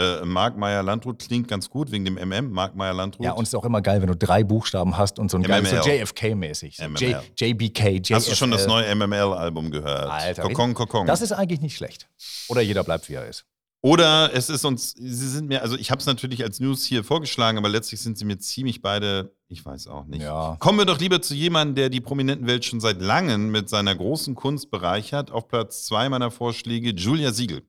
Äh, Marc Meyer Landrut klingt ganz gut wegen dem MM. Marc Meyer Landrut.
Ja, und es ist auch immer geil, wenn du drei Buchstaben hast und so ein geiles, so
MML.
JFK-mäßig. So
MML.
J- JBK, JFK.
Hast du schon das neue MML-Album gehört?
Alter,
Kokon, Kokon.
Das ist eigentlich nicht schlecht. Oder jeder bleibt, wie er ist.
Oder es ist uns, sie sind mir, also ich habe es natürlich als News hier vorgeschlagen, aber letztlich sind sie mir ziemlich beide, ich weiß auch nicht.
Ja.
Kommen wir doch lieber zu jemandem, der die Prominentenwelt schon seit langem mit seiner großen Kunst bereichert. Auf Platz zwei meiner Vorschläge Julia Siegel.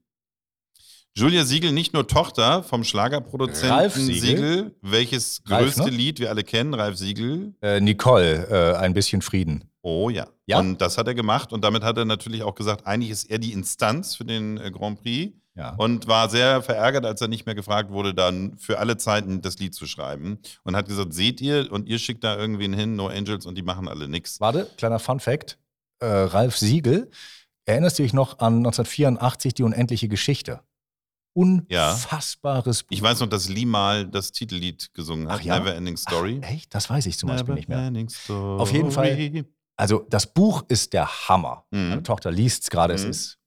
Julia Siegel, nicht nur Tochter vom Schlagerproduzenten
Ralf
Siegel,
Siegel.
welches
Ralf,
größte
ne?
Lied wir alle kennen, Ralf Siegel.
Äh, Nicole, äh, ein bisschen Frieden.
Oh ja.
Ja?
Und das hat er gemacht und damit hat er natürlich auch gesagt, eigentlich ist er die Instanz für den äh, Grand Prix.
Ja.
und war sehr verärgert, als er nicht mehr gefragt wurde, dann für alle Zeiten das Lied zu schreiben. Und hat gesagt, seht ihr, und ihr schickt da irgendwen hin, No Angels, und die machen alle nix.
Warte, kleiner Fun-Fact. Äh, Ralf Siegel, erinnerst du dich noch an 1984 die unendliche Geschichte? Unfassbares Buch.
Ich weiß noch, dass Lee mal das Titellied gesungen hat,
Ach ja?
Never Ending Story.
Echt? Das weiß ich zum Beispiel nicht mehr.
Ending Story.
Auf jeden Fall. Also, das Buch ist der Hammer.
Mhm.
Meine Tochter liest es gerade, es
Mhm.
ist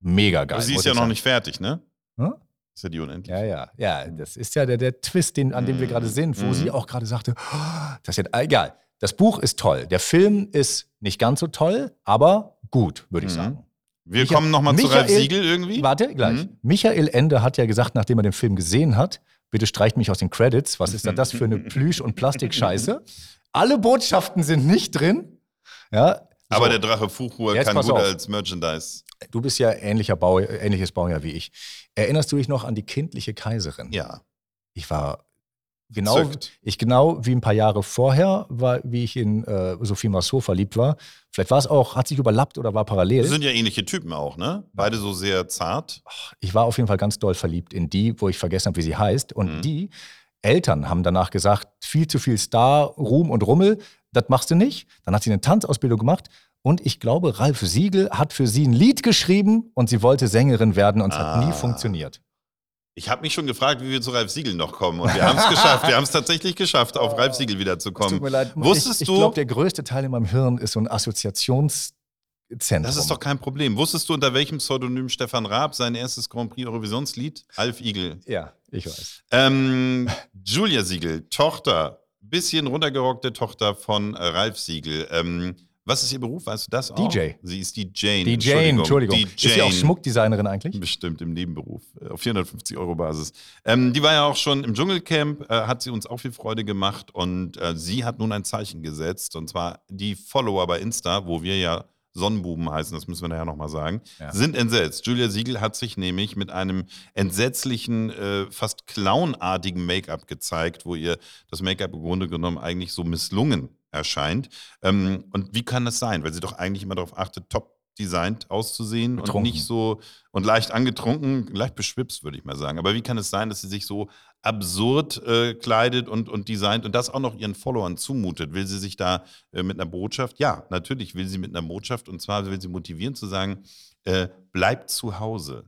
mega geil.
Aber sie
muss
ist ja
ich
noch
sagen.
nicht fertig, ne?
Hm?
Ist ja die unendlich.
Ja, ja, ja. Das ist ja der, der Twist, den, an dem wir gerade sind, wo
Mhm.
sie auch gerade sagte, "Oh, das ist ja, egal. Das Buch ist toll. Der Film ist nicht ganz so toll, aber gut, würde ich
Mhm.
sagen.
Wir
Micha-
kommen nochmal zu Ralf
Michael-
Siegel irgendwie.
Warte, gleich.
Mhm.
Michael Ende hat ja gesagt, nachdem er den Film gesehen hat, bitte streicht mich aus den Credits. Was ist denn das
[laughs]
für eine Plüsch- und Plastikscheiße? Alle Botschaften sind nicht drin. Ja.
Aber
so.
der Drache Fuchur
Jetzt
kann
pass
gut
auf.
als Merchandise.
du bist ja ähnlicher Bau, ähnliches Baujahr wie ich. Erinnerst du dich noch an die kindliche Kaiserin?
Ja.
Ich war genau,
Zückt.
ich genau wie ein paar Jahre vorher, war, wie ich in äh, Sophie Marceau verliebt war. Vielleicht war es auch, hat sich überlappt oder war
Das
parallel.
sind ja ähnliche Typen auch, ne? Beide so sehr zart.
Ich war auf jeden Fall ganz doll verliebt in die, wo ich vergessen habe, wie sie heißt. Und
Mhm.
die Eltern haben danach gesagt, viel zu viel Star, Ruhm und Rummel, das machst du nicht. Dann hat sie eine Tanzausbildung gemacht. Und ich glaube, Ralf Siegel hat für sie ein Lied geschrieben und sie wollte Sängerin werden und es hat
Ah.
nie funktioniert.
Ich habe mich schon gefragt, wie wir zu Ralf Siegel noch kommen. Und
[laughs]
wir haben es geschafft. Wir haben es tatsächlich geschafft, auf Ralf Siegel
Tut
wiederzukommen.
mir leid.
Wusstest
ich,
du-
Ich glaube, der größte Teil in meinem Hirn ist so ein Assoziationszentrum.
Das ist doch kein Problem. Wusstest du, unter welchem Pseudonym Stefan Raab sein erstes Grand Prix Eurovisionslied? Ralf Igel.
Ja, ich weiß. [laughs]
Ähm, Julia Siegel, Tochter, bisschen runtergerockte Tochter von äh, Ralf Siegel. Ähm, was ist ihr Beruf? Weißt du das auch?
DJ.
Sie ist die Jane.
Die Jane, Entschuldigung.
Die
Ist sie auch
Jane. Ähm,
Schmuckdesignerin eigentlich?
Bestimmt im Nebenberuf, äh, auf 450 Euro Basis. Ähm, die war ja auch schon im Dschungelcamp, äh, hat sie uns auch viel Freude gemacht und äh, sie hat nun ein Zeichen gesetzt und zwar die Follower bei Insta, wo wir ja Sonnenbuben heißen, das müssen wir nachher nochmal sagen,
Ja.
sind entsetzt. Julia Siegel hat sich nämlich mit einem entsetzlichen, äh, fast clownartigen Make-up gezeigt, wo ihr das Make-up im Grunde genommen eigentlich so misslungen erscheint. Ähm, und wie kann das sein? Weil sie doch eigentlich immer darauf achtet, top designt auszusehen
Betrunken.
und nicht so und leicht angetrunken, leicht beschwipst, würde ich mal sagen. Aber wie kann es sein, dass sie sich so absurd äh, kleidet und, und designt und das auch noch ihren Followern zumutet? Will sie sich da äh, mit einer Botschaft? Ja, natürlich will sie mit einer Botschaft und zwar will sie motivieren zu sagen, äh, bleibt zu Hause.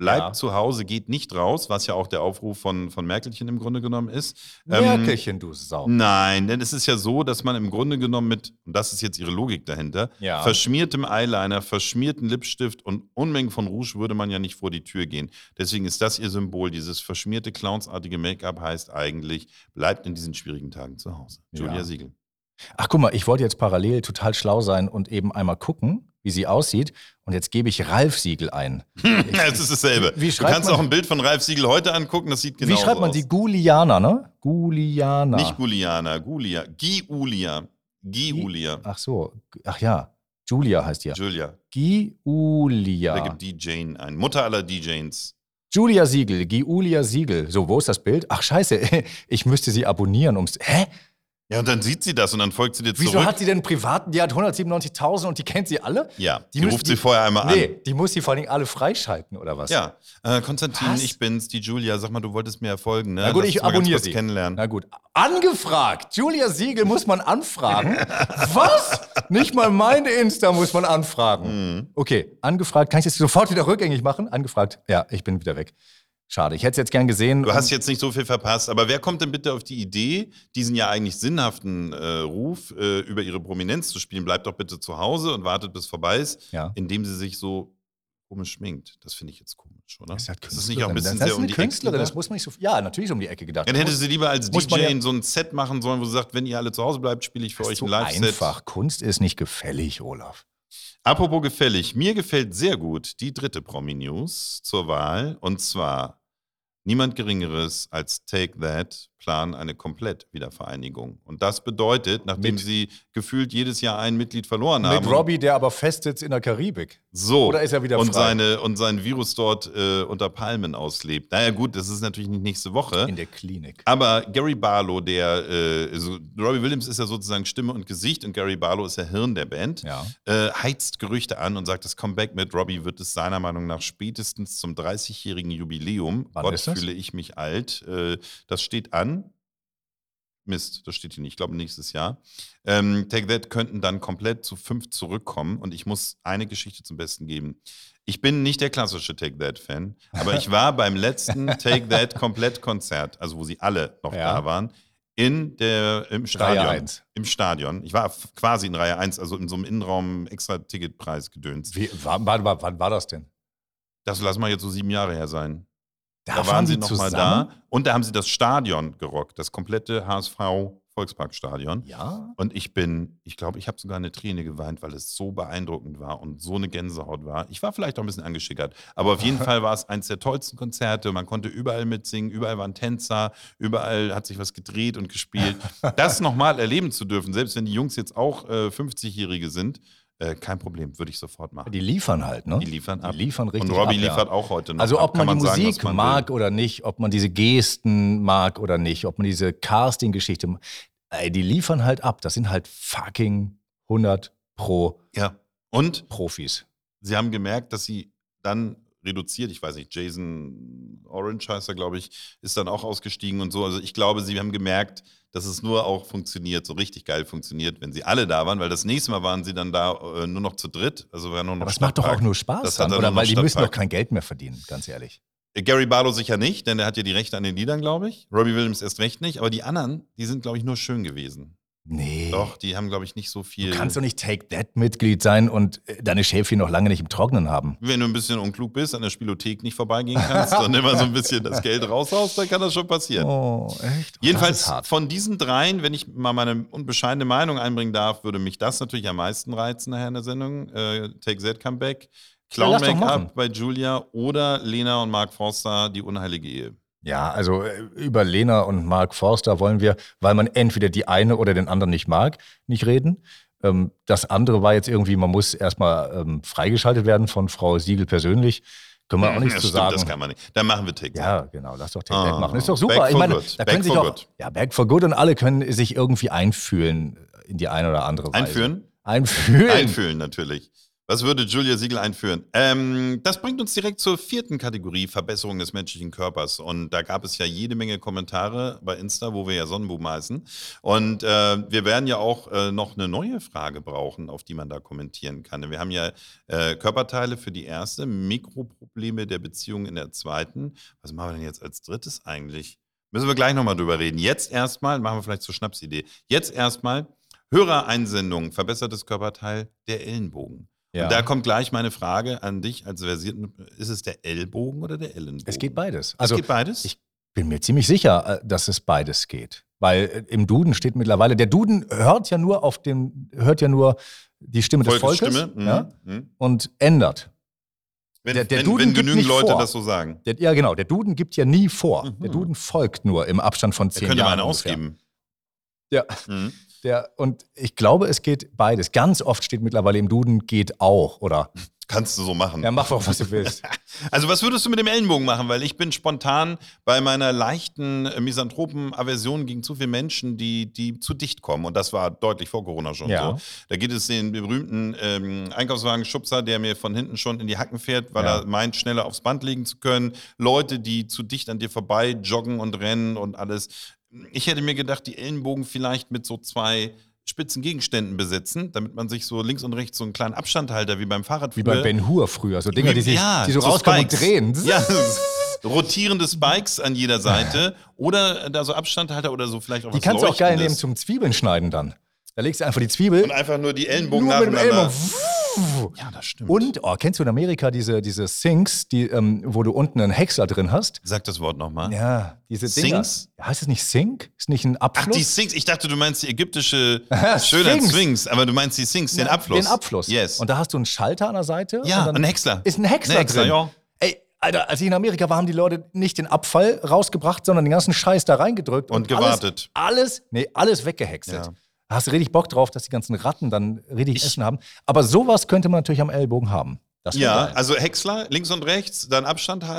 Bleibt
Ja.
zu Hause, geht nicht raus, was ja auch der Aufruf von, von Merkelchen im Grunde genommen ist. Ähm,
Merkelchen, du Sau.
Nein, denn es ist ja so, dass man im Grunde genommen mit, und das ist jetzt ihre Logik dahinter,
Ja.
verschmiertem Eyeliner, verschmierten Lippenstift und Unmengen von Rouge würde man ja nicht vor die Tür gehen. Deswegen ist das ihr Symbol. Dieses verschmierte, clownsartige Make-up heißt eigentlich, bleibt in diesen schwierigen Tagen zu Hause. Julia
Ja. [laughs]
Siegel.
Ach guck mal, ich wollte jetzt parallel total schlau sein und eben einmal gucken, wie sie aussieht. Und jetzt gebe ich Ralf Siegel ein.
es ist dasselbe.
Wie- wie
du
schreibt
kannst
man-
auch ein Bild von Ralf Siegel heute angucken, das sieht genau
wie schreibt man
aus.
sie? Guliana, ne? Guliana.
Nicht Guliana, Gulia. Giulia. Giulia.
Ach so. Ach ja. Julia heißt ja.
Julia. Da
Giulia.
gibt die Jane ein. Mutter aller DJs.
Julia Siegel, Giulia Siegel. So, wo ist das Bild? Ach, scheiße, [laughs] ich müsste sie abonnieren, ums. Hä?
Ja, und dann sieht sie das und dann folgt sie dir
Wieso
zurück.
hat sie denn einen privaten? Die hat 197.000 und die kennt sie alle?
ja, die,
die müssen-
ruft sie vorher einmal
Nee,
an.
die muss sie vor allen Dingen alle freischalten, oder was?
Ja, äh, Konstantin,
Was?
ich bin's, die Julia. Sag mal, du wolltest mir ja folgen, ne?
Na gut,
Lass
ich
uns mal ganz
abonniere
kurz
sie.
kennenlernen.
Na gut. Angefragt! Julia Siegel muss
[laughs]
man anfragen. was? Nicht mal meine Insta muss man anfragen.
Mhm.
Okay, angefragt. Kann ich das sofort wieder rückgängig machen? Angefragt. Ja, ich bin wieder weg. Schade, ich hätte es jetzt gern gesehen.
Du hast jetzt nicht so viel verpasst, aber wer kommt denn bitte auf die Idee, diesen ja eigentlich sinnhaften äh, Ruf äh, über ihre Prominenz zu spielen? Bleibt doch bitte zu Hause und wartet, bis vorbei ist,
Ja.
indem sie sich so komisch schminkt. Das finde ich jetzt komisch, oder?
Das
ist das nicht auch ein bisschen
das
sehr
ist
um
eine
die
Künstlerin,
Ecke?
das muss man nicht so. Ja, natürlich ist um die Ecke gedacht.
Dann hätte sie lieber als
Muss
DJ
man ja-
so ein Set machen sollen, wo sie sagt, wenn ihr alle zu Hause bleibt, spiele ich für
Das
euch
ist so
ein Live-Set.
einfach. Kunst ist nicht gefällig, Olaf.
Apropos gefällig, mir gefällt sehr gut die dritte Promi-News zur Wahl und zwar niemand Geringeres als Take That planen eine Komplett-Wiedervereinigung. Und das bedeutet, nachdem
Mit-
sie gefühlt jedes Jahr ein Mitglied verloren haben,
Mit Robbie, der aber festsitzt in der Karibik.
so,
Oder ist er wieder
Oh, und,
frei?
seine, und sein Virus dort äh, unter Palmen auslebt. Naja gut, das ist natürlich nicht nächste Woche.
In der Klinik.
Aber Gary Barlow, der, äh, also Robbie Williams ist ja sozusagen Stimme und Gesicht und Gary Barlow ist ja Hirn der Band,
Ja.
äh, heizt Gerüchte an und sagt, das Comeback mit Robbie wird es seiner Meinung nach spätestens zum 30-jährigen Jubiläum.
Wann
Gott,
ist das?
fühle ich mich alt. Äh, das steht an. Mist, das steht hier nicht. Ich glaube, nächstes Jahr. Ähm, Take That könnten dann komplett zu fünf zurückkommen. Und ich muss eine Geschichte zum Besten geben. Ich bin nicht der klassische Take That-Fan, aber ich war beim
[laughs]
letzten Take That Komplett-Konzert, also wo sie alle noch
Ja.
da waren, in der, im
Reihe
Stadion.
eins.
Im Stadion. Ich war f- quasi in Reihe 1, also in so einem Innenraum extra Ticketpreis gedönst.
Wie, wann, wann, wann wann war das denn?
Das lassen wir jetzt so sieben Jahre her sein. Da, waren,
waren
sie
die
nochmal
zusammen?
da. Und da haben sie das Stadion gerockt, das komplette HSV-Volksparkstadion.
Ja.
Und ich bin, ich glaube, ich habe sogar eine Träne geweint, weil es so beeindruckend war und so eine Gänsehaut war. Ich war vielleicht auch ein bisschen angeschickert, aber
[laughs]
auf jeden Fall war es eins der tollsten Konzerte. Man konnte überall mitsingen, überall waren Tänzer, überall hat sich was gedreht und gespielt. Das nochmal erleben zu dürfen, selbst wenn die Jungs jetzt auch äh, 50-Jährige sind, Äh, kein Problem, würde ich sofort machen.
Die liefern halt, ne?
Die liefern ab.
Die liefern richtig
Und Robbie
ab, ja.
liefert auch heute noch.
Also
ab,
ob man, die
sagen, was
Musik
man
mag oder nicht, ob man diese Gesten mag oder nicht, ob man diese Casting-Geschichte, ma- ey, die liefern halt ab. Das sind halt fucking 100 pro
Will. Ja. Und
Profis.
sie haben gemerkt, dass sie dann reduziert, ich weiß nicht, Jason Orange heißt er, glaube ich, ist dann auch ausgestiegen und so. Also ich glaube, sie haben gemerkt, dass es nur auch funktioniert, so richtig geil funktioniert, wenn sie alle da waren, weil das nächste Mal waren sie dann da äh, nur noch zu dritt. Also war nur noch
Aber es macht doch auch
Stadtpark.
nur Spaß
Das hat
dann,
dann
oder?
nur
Weil die müssen doch
Stadtpark.
kein Geld mehr verdienen, ganz ehrlich.
Äh, Gary Barlow sicher nicht, denn der hat ja die Rechte an den Liedern, glaube ich. Robbie Williams erst recht nicht, aber die anderen, die sind, glaube ich, nur schön gewesen.
Nee.
Doch, die haben, glaube ich, nicht so viel.
Du kannst doch nicht Take-That-Mitglied sein und äh, deine Schäfchen noch lange nicht im Trocknen haben.
wenn du ein bisschen unklug bist, an der Spielothek nicht vorbeigehen kannst und immer so ein bisschen das Geld raushaust, dann kann das schon passieren.
Oh, echt? Oh, Das ist
Jedenfalls
hart.
von diesen dreien, wenn ich mal meine unbescheidene Meinung einbringen darf, würde mich das natürlich am meisten reizen nachher in der Sendung. Äh, Take That Comeback, Clown
lass doch machen.
Make-up bei Julia oder Lena und Mark Forster, die unheilige Ehe.
Ja, also äh, über Lena und Mark Forster wollen wir, weil man entweder die eine oder den anderen nicht mag, nicht reden. Ähm, das andere war jetzt irgendwie, man muss erstmal ähm, freigeschaltet werden von Frau Siegel persönlich. Können wir auch nichts
das
zu
Mhm, stimmt,
sagen.
Das kann man nicht. Dann machen wir Take That.
Ja, genau, lass doch Take That
Ah,
machen. Ist doch
Back
super. Ich
for
meine,
Good.
da
Back
können sich
for
doch,
Good.
ja, Back for Good und alle können sich irgendwie einfühlen in die eine oder andere Weise.
Einführen?
Einfühlen.
Einfühlen natürlich. Was würde Julia Siegel einführen? Ähm, das bringt uns direkt zur vierten Kategorie, Verbesserung des menschlichen Körpers. Und da gab es ja jede Menge Kommentare bei Insta, wo wir ja Sonnenboom heißen. Und äh, wir werden ja auch äh, noch eine neue Frage brauchen, auf die man da kommentieren kann. Denn Wir haben ja äh, Körperteile für die erste, Mikroprobleme der Beziehung in der zweiten. Was machen wir denn jetzt als drittes eigentlich? Müssen wir gleich nochmal drüber reden. Jetzt erstmal, machen wir vielleicht zur Schnapsidee. Jetzt erstmal Hörereinsendung, verbessertes Körperteil, der Ellenbogen.
Ja.
Und da kommt gleich meine Frage an dich als versierten. Ist es der Ellbogen oder der Ellenbogen?
es geht beides.
Also,
Also
es geht beides?
ich- bin mir ziemlich sicher, äh, dass es beides geht. Weil äh, im Duden steht mittlerweile, der Duden hört ja nur auf den, hört ja nur die Stimme des Volkes
Volkesstimme? Mhm.
ja,
Mhm.
und ändert.
Wenn,
Der- der
wenn,
Duden
wenn
gibt
genügend
nicht
Leute
vor.
das so sagen.
Der, ja, genau, der Duden gibt ja nie vor.
Mhm.
Der Duden folgt nur im Abstand von
Er
zehn
könnte mal
Jahren.
einen
ungefähr.
ausgeben.
Ja.
Mhm.
Der, und ich glaube, es geht beides. Ganz oft steht mittlerweile im Duden geht auch, oder?
Mhm. Kannst du so machen.
Ja, mach doch, was
[laughs]
du willst.
Also was würdest du mit dem Ellenbogen machen? Weil ich bin spontan bei meiner leichten äh, misanthropen Aversion gegen zu viele Menschen, die, die zu dicht kommen. Und das war deutlich vor Corona schon
Ja.
so. Da geht es den berühmten ähm, Einkaufswagen-Schubser, der mir von hinten schon in die Hacken fährt, weil
Ja.
er meint, schneller aufs Band legen zu können. Leute, die zu dicht an dir vorbei joggen und rennen und alles. Ich hätte mir gedacht, die Ellenbogen vielleicht mit so zwei spitzen Gegenständen besetzen, damit man sich so links und rechts so einen kleinen Abstandhalter wie beim Fahrrad
Wie bei Ben Hur früher, so Dinger, die, sich,
Äh, Ja,
die so
so
rauskommen
Spikes.
und drehen.
Ja, rotierende Spikes an jeder Seite oder da so Abstandhalter oder so vielleicht auch
Die
was
kannst du auch geil nehmen
Leuchtendes.
zum Zwiebeln schneiden dann. Da legst du einfach die Zwiebel
Und einfach nur die Ellenbogen
Nur mit dem
nacheinander.
Ellenbogen.
Ja, das stimmt.
Und, oh, kennst du in Amerika diese, diese Sinks, die, ähm, wo du unten einen Häcksler drin hast?
Sag das Wort nochmal.
Ja, diese Dinger.
Sinks?
Ja, Heißt es nicht Sink? Ist nicht ein
Ach, die
Abfluss?
Sphinx. Ich dachte, du meinst die ägyptische
Aha,
schöner
[laughs] Sphinx.
Sphinx, aber du meinst die Sphinx, den Abfluss.
Den Abfluss.
Yes.
Und da hast du einen Schalter an der Seite.
ja,
und
ein
dann
Häcksler.
ist ein Häcksler
Ein Häcksler,
drin.
ja.
Ey, Alter, als ich in Amerika war, haben die Leute nicht den Abfall rausgebracht, sondern den ganzen Scheiß da reingedrückt.
Und gewartet.
Alles, alles nee, alles weggehäckselt.
Ja.
Da hast du richtig Bock drauf, dass die ganzen Ratten dann richtig Essen haben. Aber sowas könnte man natürlich am Ellbogen haben. Das wär
Ja,
geil.
also Häcksler, links und rechts, dann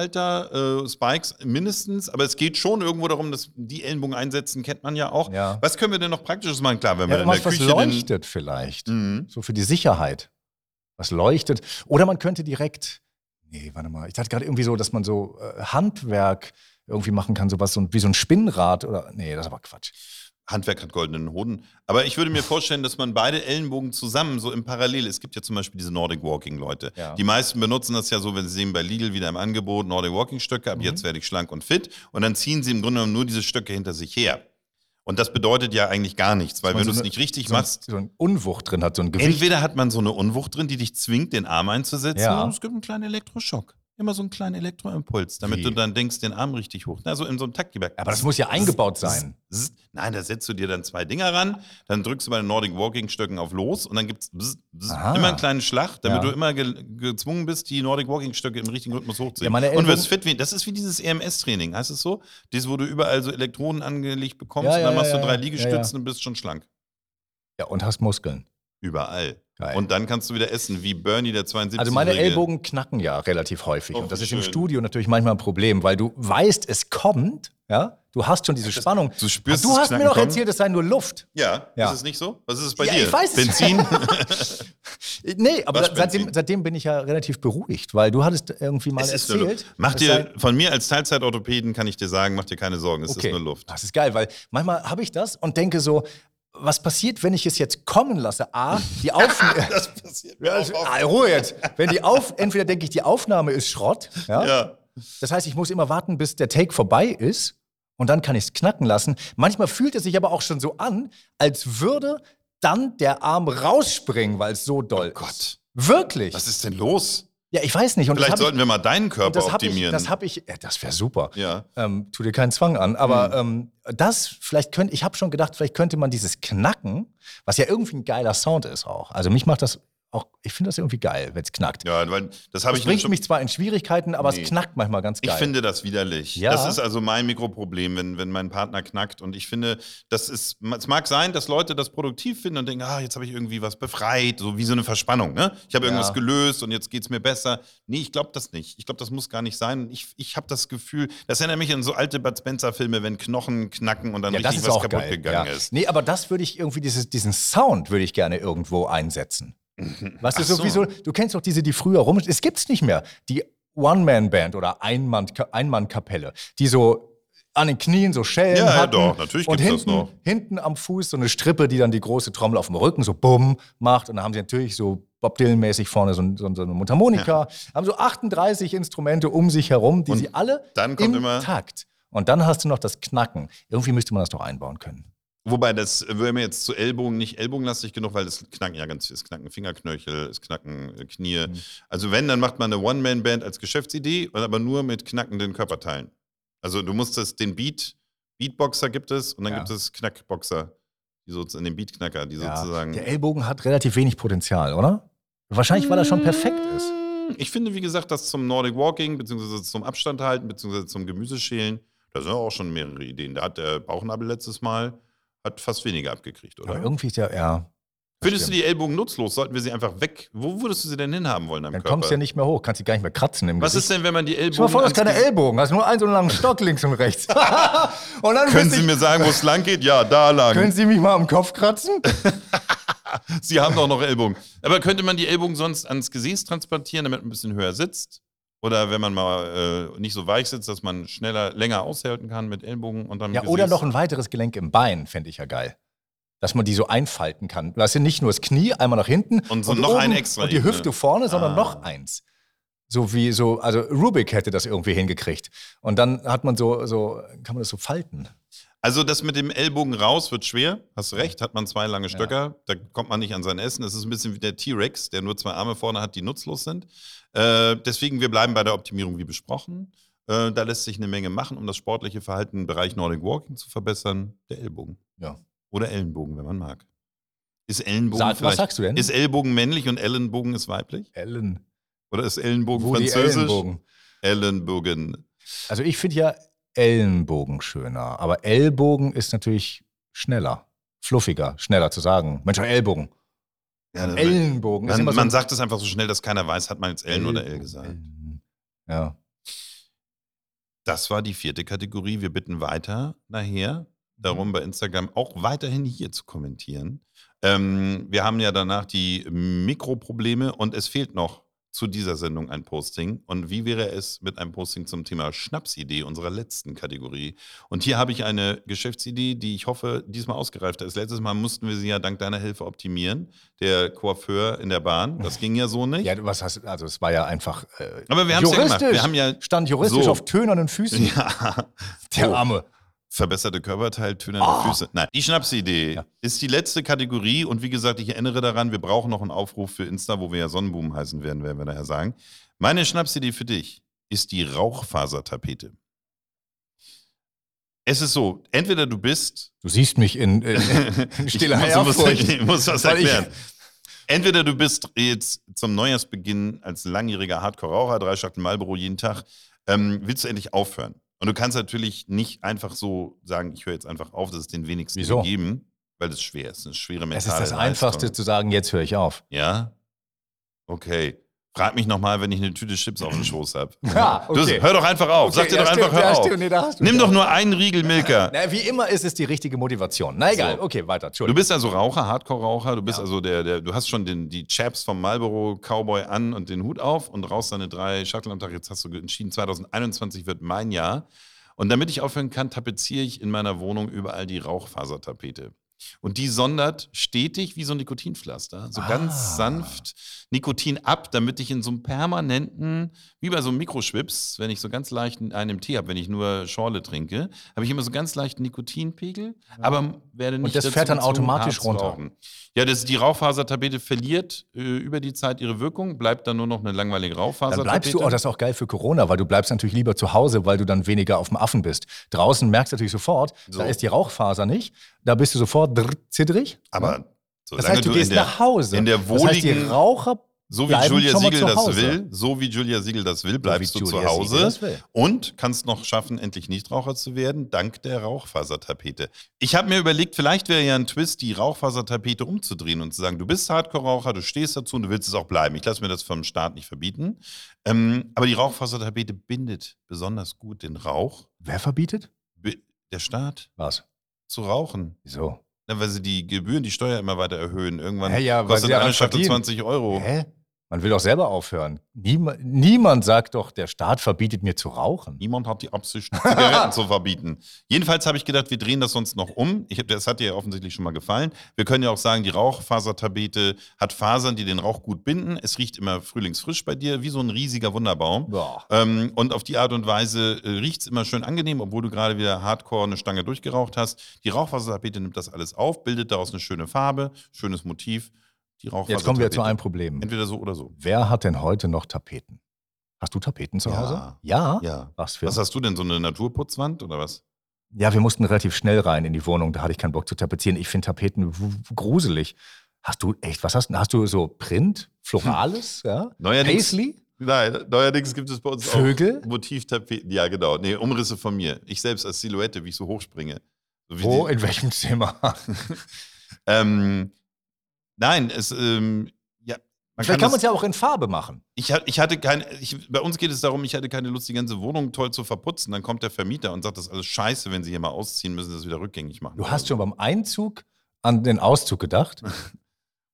Abstandhalter, äh, Spikes mindestens, aber es geht schon irgendwo darum, dass die Ellenbogen einsetzen, kennt man ja auch.
Ja.
Was können wir denn noch Praktisches machen? Klar, wenn
Ja,
wir in
irgendwas,
der
was
Küche den,
leuchtet vielleicht.
Mhm.
So für die Sicherheit. Was leuchtet. Oder man könnte direkt. Nee, warte mal. Ich dachte gerade irgendwie so, dass man so äh, Handwerk irgendwie machen kann, sowas so, ein- wie so ein Spinnrad oder. Nee, das ist aber Quatsch.
Handwerk hat goldenen Hoden. Aber ich
[laughs]
würde mir vorstellen, dass man beide Ellenbogen zusammen so im Parallel. Es gibt ja zum Beispiel diese Nordic Walking Leute.
Ja.
Die meisten benutzen das ja so, wenn sie sehen bei Lidl wieder im Angebot Nordic Walking Stöcke. Ab
Mhm.
jetzt werde ich schlank und fit. Und dann ziehen sie im Grunde genommen nur diese Stöcke hinter sich her. Und das bedeutet ja eigentlich gar nichts, weil
man
wenn
so
du es
eine-
nicht richtig
So ein,
machst,
so ein Unwucht drin hat, so ein Gewicht.
Entweder hat man so eine Unwucht drin, die dich zwingt, den Arm einzusetzen,
Ja.
oder es gibt einen kleinen Elektroschock. Immer so einen kleinen Elektroimpuls, damit
Wie?
du dann denkst, den Arm richtig hoch. Also in so einem Taktgeber.
Aber das muss ja eingebaut sein.
Zzz, Nein, da setzt du dir dann zwei Dinger ran, dann drückst du bei den Nordic Walking Stöcken auf los und dann gibt es
Aha.
immer einen kleinen Schlag, damit
Ja.
du immer ge gezwungen bist, die Nordic Walking Stöcke im richtigen Rhythmus
Ja,
hochzuziehen.
meine
und
Ellbogen-
wirst fit wie, das ist wie dieses EMS-Training, heißt es so? Das, wo du überall so Elektronen angelegt bekommst
Ja,
und
ja,
dann
ja,
machst
ja,
du drei
ja.
Liegestützen
Ja, ja.
und bist schon schlank.
Ja, und hast Muskeln.
Überall.
Geil.
Und dann kannst du wieder essen, wie Bernie der 72
Also meine Ellbogen knacken ja relativ häufig.
Oh,
und das
wie
ist im
schön.
Studio natürlich manchmal ein Problem, weil du weißt, es kommt, ja. Du hast schon diese Spannung.
du spürst
Aber
das
du hast mir
Knacken
doch
kommen.
erzählt, es sei nur Luft.
Ja,
Ja.
ist es nicht so? Was ist es bei
Ja,
dir?
ich weiß es.
Benzin? [laughs]
Nee, aber
Was
seitdem,
Benzin?
seitdem bin ich ja relativ beruhigt, weil du hattest irgendwie mal
es ist nur
erzählt.
Luft. Mach
es
dir,
sei-
von mir als Teilzeitorthopäden kann ich dir sagen, mach dir keine Sorgen, es
okay.
ist nur Luft.
Das ist geil, weil manchmal habe ich das und denke so, was passiert, wenn ich es jetzt kommen lasse? A,
[laughs]
die Aufnahme.
Das passiert
Ja, also, [laughs] ah, Ruhe jetzt. Wenn die auf, entweder denke ich, die Aufnahme ist Schrott. Ja?
Ja.
Das heißt, ich muss immer warten, bis der Take vorbei ist und dann kann ich es knacken lassen. Manchmal fühlt es sich aber auch schon so an, als würde dann der Arm rausspringen, weil es so doll
Oh Gott.
ist. Wirklich?
Was ist denn los?
Ja, ich weiß nicht. Und
Vielleicht
das hab
sollten wir mal deinen
ich, und
Körper
das hab ich,
optimieren.
das habe ich, äh, das wäre super.
ja. Mhm.
Ähm, tu dir keinen Zwang an, aber ähm, das vielleicht könnte, ich habe schon gedacht, vielleicht könnte man dieses Knacken, was ja irgendwie ein geiler Sound ist auch. Also mich macht das auch, ich finde das irgendwie geil, wenn es knackt.
ja, weil das habe
Das
ich
bringt
schon-
mich zwar in Schwierigkeiten, aber
Nee.
es knackt manchmal ganz
Ich
geil.
finde das widerlich.
Ja.
Das ist also mein Mikroproblem, wenn, wenn mein Partner knackt. Und ich finde, das ist, es mag sein, dass Leute das produktiv finden und denken, ah, jetzt habe ich irgendwie was befreit, so wie so eine Verspannung. Ne? Ich habe
Ja.
irgendwas gelöst und jetzt geht es mir besser. Nee, ich glaube das nicht. Ich glaube, das muss gar nicht sein. Ich, ich habe das Gefühl, das erinnert mich an so alte Bud Spencer-Filme, wenn Knochen knacken und dann
ja, das
richtig
ist
was
auch
kaputt
geil.
gegangen
ja.
ist.
Nee, aber das würde ich irgendwie, dieses, diesen Sound würde ich gerne
[laughs]
irgendwo einsetzen. Was ist
Ach so.
sowieso, du kennst doch diese, die früher rum, es gibt's nicht mehr. Die One-Man-Band oder Einmann- Einmann-Kapelle, die so an den Knien so Schellen
Ja, ja,
hatten.
doch, natürlich
und
gibt's das
hinten,
noch.
hinten am Fuß so eine Strippe, die dann die große Trommel auf dem Rücken so bumm macht. Und dann haben sie natürlich so Bob Dylan-mäßig vorne so, ein- so, ein- so eine Mundharmonika. Haben so 38 Instrumente um sich herum, die
Und
sie alle
dann kommt
im
immer-
Takt. Und dann hast du noch das Knacken. Irgendwie müsste man das doch einbauen können.
Wobei, das wäre mir jetzt zu Ellbogen nicht ellbogenlastig genug, weil das knacken ja ganz viel. Es knacken Fingerknöchel, es knacken äh, Knie.
Mhm.
Also wenn, dann macht man eine One-Man-Band als Geschäftsidee, aber nur mit knackenden Körperteilen. Also du musst das, den Beat, Beatboxer gibt es und dann
Ja.
gibt es Knackboxer, die sozusagen, den Beatknacker, die
Ja,
sozusagen...
Der Ellbogen hat relativ wenig Potenzial, oder? Wahrscheinlich, weil er schon perfekt ist.
Hm. Ich finde, wie gesagt, das zum Nordic Walking, beziehungsweise zum Abstand halten, beziehungsweise zum Gemüseschälen, da sind auch schon mehrere Ideen. Da hat der Bauchnabel letztes Mal, hat fast weniger abgekriegt, oder?
Aber irgendwie ist der, ja,
Findest du die Ellbogen nutzlos? Sollten wir sie einfach weg? Wo würdest du sie denn hinhaben wollen am
Dann
Körper?
kommst du ja nicht mehr hoch, kannst dich gar nicht mehr kratzen im
Was ist
Gesicht.
denn, wenn man die Ellbogen.
Stell dir mal vor, du hast
ans
keine
Gesicht-
Ellbogen, hast nur einen so einen langen Stock links und rechts. [laughs] und dann
Können
müsste
Sie
ich,
mir sagen, wo es lang geht? Ja, da lang.
können Sie mich mal am Kopf kratzen?
Sie haben doch noch Ellbogen. Aber könnte man die Ellbogen sonst ans Gesäß transplantieren, damit man ein bisschen höher sitzt? Oder wenn man mal äh, nicht so weich sitzt, dass man schneller, länger aushalten kann mit Ellbogen und dann
Ja, oder noch ein weiteres Gelenk im Bein, fände ich ja geil. Dass man die so einfalten kann. Weißt du, nicht nur das Knie, einmal nach hinten
Und so noch
oben
ein extra
Und die
Ebene.
Hüfte vorne, sondern
Ah.
noch eins. So wie so, also Rubik hätte das irgendwie hingekriegt. Und dann hat man so, so, kann man das so falten.
Also das mit dem Ellbogen raus wird schwer. Hast du recht, hat man zwei lange Stöcker, da kommt man nicht an sein Essen. Es ist ein bisschen wie der T-Rex, der nur zwei Arme vorne hat, die nutzlos sind. Äh, deswegen, wir bleiben bei der Optimierung wie besprochen. Äh, da lässt sich eine Menge machen, um das sportliche Verhalten im Bereich Nordic Walking zu verbessern. Der Ellbogen.
Ja.
Oder Ellenbogen, wenn man mag. Ist Ellenbogen
Sag, was
vielleicht...
sagst du denn?
Ist Ellbogen männlich und Ellenbogen ist weiblich?
Ellen.
Oder ist Ellenbogen
Wo die
französisch?
Ellenbogen?
Ellenbogen.
Also ich finde ja Ellenbogen schöner, aber Ellbogen ist natürlich schneller, fluffiger, schneller zu sagen. Mensch, Ellbogen.
Ja, das-
Ellenbogen. ist
Also man,
immer so
man
ein-
sagt es einfach so schnell, dass keiner weiß, hat man jetzt Ellen oder L gesagt.
Ellen. Ja.
Das war die vierte Kategorie. Wir bitten weiter nachher
Mhm.
darum, bei Instagram auch weiterhin hier zu kommentieren. Ähm, wir haben ja danach die Mikroprobleme und es fehlt noch zu dieser Sendung ein Posting. Und wie wäre es mit einem Posting zum Thema Schnapsidee unserer letzten Kategorie? Und hier habe ich eine Geschäftsidee, die ich hoffe diesmal ausgereifter ist. Letztes Mal mussten wir sie ja dank deiner Hilfe optimieren. Der Coiffeur in der Bahn,
[laughs]
das ging ja so nicht.
ja, was hast also es war ja einfach äh,
Aber wir haben es ja
juristisch.
gemacht. Wir haben ja,
stand juristisch
So.
auf tönernen Füßen.
ja [laughs]
Der
Oh.
Arme.
Verbesserte Körperteil, tönerne Füße. Nein, die Schnapsidee
Ja.
ist die letzte Kategorie. Und wie gesagt, ich erinnere daran, wir brauchen noch einen Aufruf für Insta, wo wir ja Sonnenboom heißen werden, werden wir daher sagen. Meine Schnapsidee für dich ist die Rauchfasertapete. Es ist so, entweder du bist.
Du siehst mich in,
[laughs]
äh, in, in stiller
ich muss, muss,
Ehrfurcht.
ich muss was
Weil ich-
erklären. Entweder du bist jetzt zum Neujahrsbeginn als langjähriger Hardcore-Raucher, drei Schachteln Marlboro jeden Tag, ähm, willst du endlich aufhören. Und du kannst natürlich nicht einfach so sagen, ich höre jetzt einfach auf, das ist den wenigsten
Wieso?
gegeben. Weil es schwer ist. Eine schwere
Es
mentale
ist das
Leistung.
Einfachste zu sagen, jetzt höre ich auf.
Ja? Okay. Frag mich nochmal, wenn ich eine Tüte Chips auf dem Schoß habe.
[laughs] Ja, okay.
Hör doch einfach auf. Sag dir
ja,
doch
stimmt,
einfach, hör
ja,
auf.
stimmt, nee, da hast du
Nimm
mich
doch nur einen Riegel, Milka.
Na, wie immer ist es die richtige Motivation. Na egal,
So.
okay,
Du
weiter. Entschuldigung.
bist also Raucher, Hardcore-Raucher. Du bist also der, der, du hast schon den, die Chaps vom Marlboro Cowboy an und den Hut auf und rauchst deine drei Schachteln am Tag. Jetzt hast du entschieden, 2021 wird mein Jahr. Und damit ich aufhören kann, tapeziere ich in meiner Wohnung überall die Rauchfasertapete. Und die sondert stetig wie so ein Nikotinpflaster, so
Ah.
ganz sanft Nikotin ab, damit ich in so einem permanenten, wie bei so einem Mikroschwips, wenn ich so ganz leichten einen im Tee habe, wenn ich nur Schorle trinke, habe ich immer so ganz leichten Nikotinpegel, aber werde nicht
das
dazu
fährt dann
gezwungen,
automatisch
hart zu
runter.
rauchen. Ja, das, die Rauchfasertabette verliert äh, über die Zeit ihre Wirkung, bleibt dann nur noch eine langweilige
Dann
Rauchfasertabette.
bleibst du, oh, das ist auch geil für Corona, weil du bleibst natürlich lieber zu Hause, weil du dann weniger auf dem Affen bist. Draußen merkst du natürlich sofort,
So.
da ist die Rauchfaser nicht, da bist du sofort drrr, zittrig.
aber solange
ne? das heißt, du,
du
gehst
in der,
nach Hause.
in der
das heißt, die
wohligen-
Raucher
so wie
bleiben
Julia
schon mal
Siegel
zu
das
Hause.
will, so wie Julia Siegel das will, bleibst
wie
du zu
Julia Siegel
Hause
das will.
und kannst noch schaffen, endlich Nichtraucher zu werden, dank der Rauchfasertapete. Ich habe mir überlegt, vielleicht wäre ja ein Twist, die Rauchfasertapete umzudrehen und zu sagen, du bist Hardcore-Raucher, du stehst dazu und du willst es auch bleiben. Ich lasse mir das vom Staat nicht verbieten. Ähm, aber die Rauchfasertapete bindet besonders gut den Rauch,
Wer verbietet?
bi- der Staat,
Was?
zu rauchen.
Wieso?
Na, weil sie die Gebühren, die Steuer immer weiter erhöhen. Irgendwann
Hä, ja, weil
kostet
sie daran
eine Schachtel
verdienen.
20 Euro.
Hä? Man will doch selber aufhören. Niem niemand sagt doch, der Staat verbietet mir zu rauchen.
Niemand hat die Absicht,
[laughs]
Zigaretten zu verbieten. Jedenfalls habe ich gedacht, wir drehen das sonst noch um. Ich hab, das hat dir ja offensichtlich schon mal gefallen. Wir können ja auch sagen, die Rauchfasertabete hat Fasern, die den Rauch gut binden. Es riecht immer frühlingsfrisch bei dir, wie so ein riesiger Wunderbaum.
Boah.
Ähm, und auf die Art und Weise äh, riecht es immer schön angenehm, obwohl du gerade wieder hardcore eine Stange durchgeraucht hast. Die Rauchfasertapete nimmt das alles auf, bildet daraus eine schöne Farbe, schönes Motiv. Die
Jetzt kommen wir zu
Rauchfasertapete.
einem Problem.
Entweder so oder so.
Wer hat denn heute noch Tapeten? Hast du Tapeten zu
Ja.
Hause? Ja.
Ja.
Was für?
Was hast du denn, so eine Naturputzwand oder was?
Ja, wir mussten relativ schnell rein in die Wohnung, da hatte ich keinen Bock zu tapezieren. Ich finde Tapeten w- w- gruselig. Hast du echt, was hast du? Hast du so Print, Florales, ja?
Neuerdings-
Paisley?
Nein, neuerdings gibt es bei uns
Vögel?
auch Motivtapeten. Ja, genau. Nee, Umrisse von mir. Ich selbst als Silhouette, wie ich so hochspringe. So wie
Wo,
die-
in welchem Zimmer?
ähm, nein, es ähm, ja, man
Vielleicht kann man
das-
es ja auch in Farbe machen.
ich, ha- ich hatte kein, ich, bei uns geht es darum, ich hatte keine Lust, die ganze Wohnung toll zu verputzen. Dann kommt der Vermieter und sagt, das ist alles scheiße, wenn sie hier mal ausziehen, müssen sie das wieder rückgängig machen.
Du hast schon beim Einzug an den Auszug gedacht.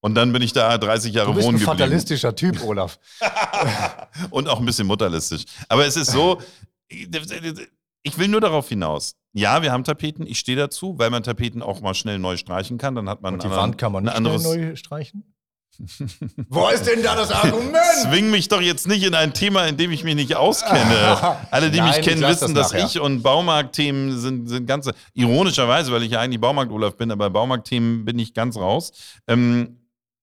Und dann bin ich da 30 Jahre
Du bist ein
wohnen geblieben. [laughs]
fatalistischer Typ, Olaf.
und auch ein bisschen mutterlistisch. Aber es ist so, ich will nur darauf hinaus. Ja, wir haben Tapeten, ich stehe dazu, weil man Tapeten auch mal schnell neu streichen kann. Dann hat man
Und die
einen anderen-
Wand kann man
ein
nicht schnell
anderes-
neu streichen? Wo ist denn da das Argument?
Zwing mich doch jetzt nicht in ein Thema, in dem [laughs] ich mich nicht
[laughs]
auskenne. Alle, die
Nein,
mich kennen,
ich lass
wissen,
das
dass
nachher.
ich und Baumarktthemen sind, sind ganze. Ironischerweise, weil ich ja eigentlich Baumarkt-Olaf bin, aber Baumarktthemen bin ich ganz raus. Ähm,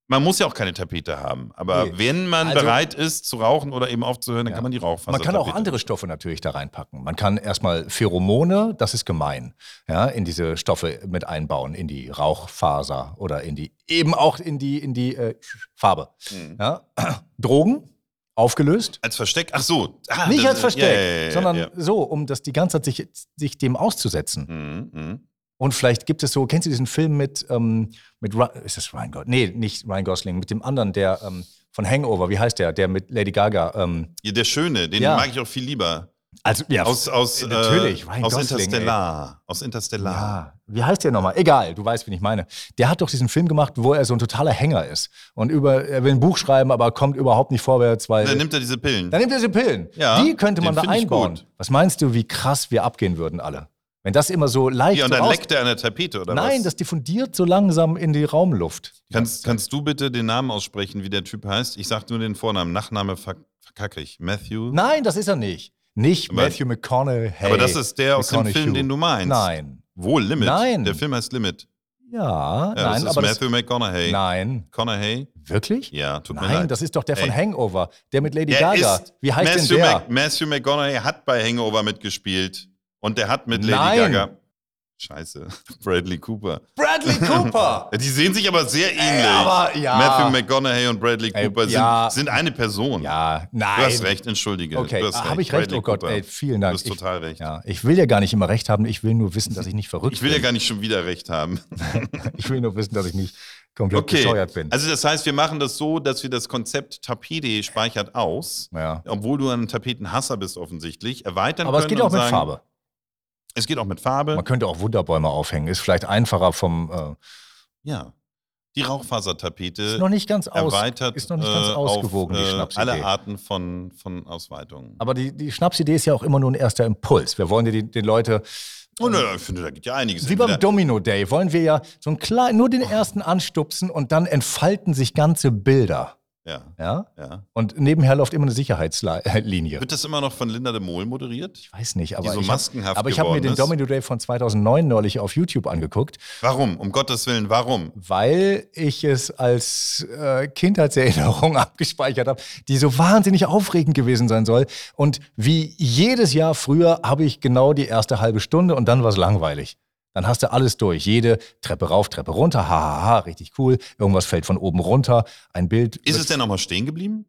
man muss ja auch keine Tapete haben. Aber
Nee.
wenn man
Also-
bereit ist zu rauchen oder eben aufzuhören, dann
Ja.
kann man die Rauchfaser.
Man kann auch andere Stoffe natürlich da reinpacken. Man kann erstmal Pheromone, das ist gemein, ja, in diese Stoffe mit einbauen, in die Rauchfaser oder in die, eben auch in die, in die äh, Farbe.
Mhm.
Ja. [clears throat] Drogen, aufgelöst.
Als Versteck? Ach so. Ah,
Nicht
das-
als Versteck,
ja, ja, ja, ja,
sondern
ja.
so, um das die ganze Zeit sich, sich dem auszusetzen.
Mhm, mhm.
Und vielleicht gibt es so, kennst du diesen Film mit, ähm, mit Ru- ist das Ryan Gosling? Nee, nicht Ryan Gosling, mit dem anderen, der ähm, von Hangover, wie heißt der, der mit Lady Gaga, ähm,
Ja, der Schöne, den
Ja.
mag ich auch viel lieber.
also, ja,
Aus, aus, äh,
natürlich, Ryan
aus
Gosling,
Interstellar. Aus Interstellar.
Ja, wie heißt der nochmal? Egal, du weißt, wen ich meine. Der hat doch diesen Film gemacht, wo er so ein totaler Hänger ist. Und über, er will ein Buch schreiben, aber kommt überhaupt nicht vorwärts, weil.
Dann nimmt er diese Pillen.
äh, dann nimmt er diese Pillen.
Ja,
die könnte man
den
da
find ich
einbauen.
gut.
Was meinst du, wie krass wir abgehen würden alle? Wenn das immer so leicht
ja, und
so
dann
raus-
leckt er an der Tapete, oder
Nein,
was?
das diffundiert so langsam in die Raumluft.
kannst, kannst du bitte den Namen aussprechen, wie der Typ heißt? Ich sag nur den Vornamen. Nachname verk- verkacke ich. Matthew.
Nein, das ist er nicht. Nicht
Aber-
Matthew McConaughey.
Aber das ist der aus dem
McConaughey.
Film, den du meinst.
Nein.
Wo Limit?
Nein.
Der Film heißt Limit. Ja,
Ja, nein,
das ist
aber das,
Matthew McConaughey.
nein.
Conaughey?
Wirklich?
Ja, tut mir
Nein,
leid.
das ist doch der von
Ey.
Hangover, der mit Lady
Der
Gaga.
ist-
Wie heißt
Matthew
denn der?
Mc, Matthew McConaughey hat bei Hangover mitgespielt. Und der hat mit Lady
Nein.
Gaga. Scheiße, [laughs] Bradley Cooper. [laughs]
Bradley Cooper!
Ja, Die sehen sich aber sehr ähnlich.
aber ja.
Matthew McConaughey und Bradley
Ey,
Cooper sind,
ja.
sind eine Person.
ja, nein.
Du hast recht, entschuldige.
Okay,
du hast
ah, habe ich recht?
Bradley
oh Gott,
Cooper.
ey, vielen Dank.
Du hast
ich,
total recht.
Ja, ich will ja gar nicht immer recht haben, ich will nur wissen, dass ich nicht verrückt
Ich will ja gar nicht schon wieder recht haben.
bin. [laughs] Ich will nur wissen, dass ich nicht komplett
Okay.
bescheuert bin.
Also das heißt, wir machen das so, dass wir das Konzept Tapete speichert aus,
ja.
obwohl du ein Tapetenhasser bist offensichtlich, erweitern
Aber es
können
geht auch
und
mit
sagen,
Farbe.
Es geht auch mit Farbe.
Man könnte auch Wunderbäume aufhängen, ist vielleicht einfacher vom. Äh,
Ja. Die Rauchfasertapete
ist noch nicht ganz aus.
erweitert
ist noch nicht ganz
äh,
ausgewogen,
auf,
die
äh,
Schnapsidee.
alle Arten von, von Ausweitungen.
Aber die, die Schnapsidee ist ja auch immer nur ein erster Impuls. Wir wollen ja die, den Leute,
oh, ne, ich finde, da gibt ja einiges.
wie beim
Entweder-
Domino Day, wollen wir ja so ein klein, nur
Oh.
den ersten anstupsen und dann entfalten sich ganze Bilder.
ja,
Ja?
ja.
Und nebenher läuft immer eine Sicherheitslinie.
Wird das immer noch von Linda de Mol moderiert?
Ich weiß nicht,
Die
aber
so
ich
maskenhaft
hab, aber ich habe mir
geworden
den
ist?
Domino Day von 2009 neulich auf YouTube angeguckt,
Warum? Um Gottes Willen, warum?
weil ich es als äh, Kindheitserinnerung [laughs] abgespeichert habe, die so wahnsinnig aufregend gewesen sein soll. Und wie jedes Jahr früher habe ich genau die erste halbe Stunde und dann war es langweilig. Dann hast du alles durch. Jede Treppe rauf, Treppe runter, hahaha, ha, ha, richtig cool. Irgendwas fällt von oben runter, ein Bild.
Ist es denn nochmal stehen geblieben?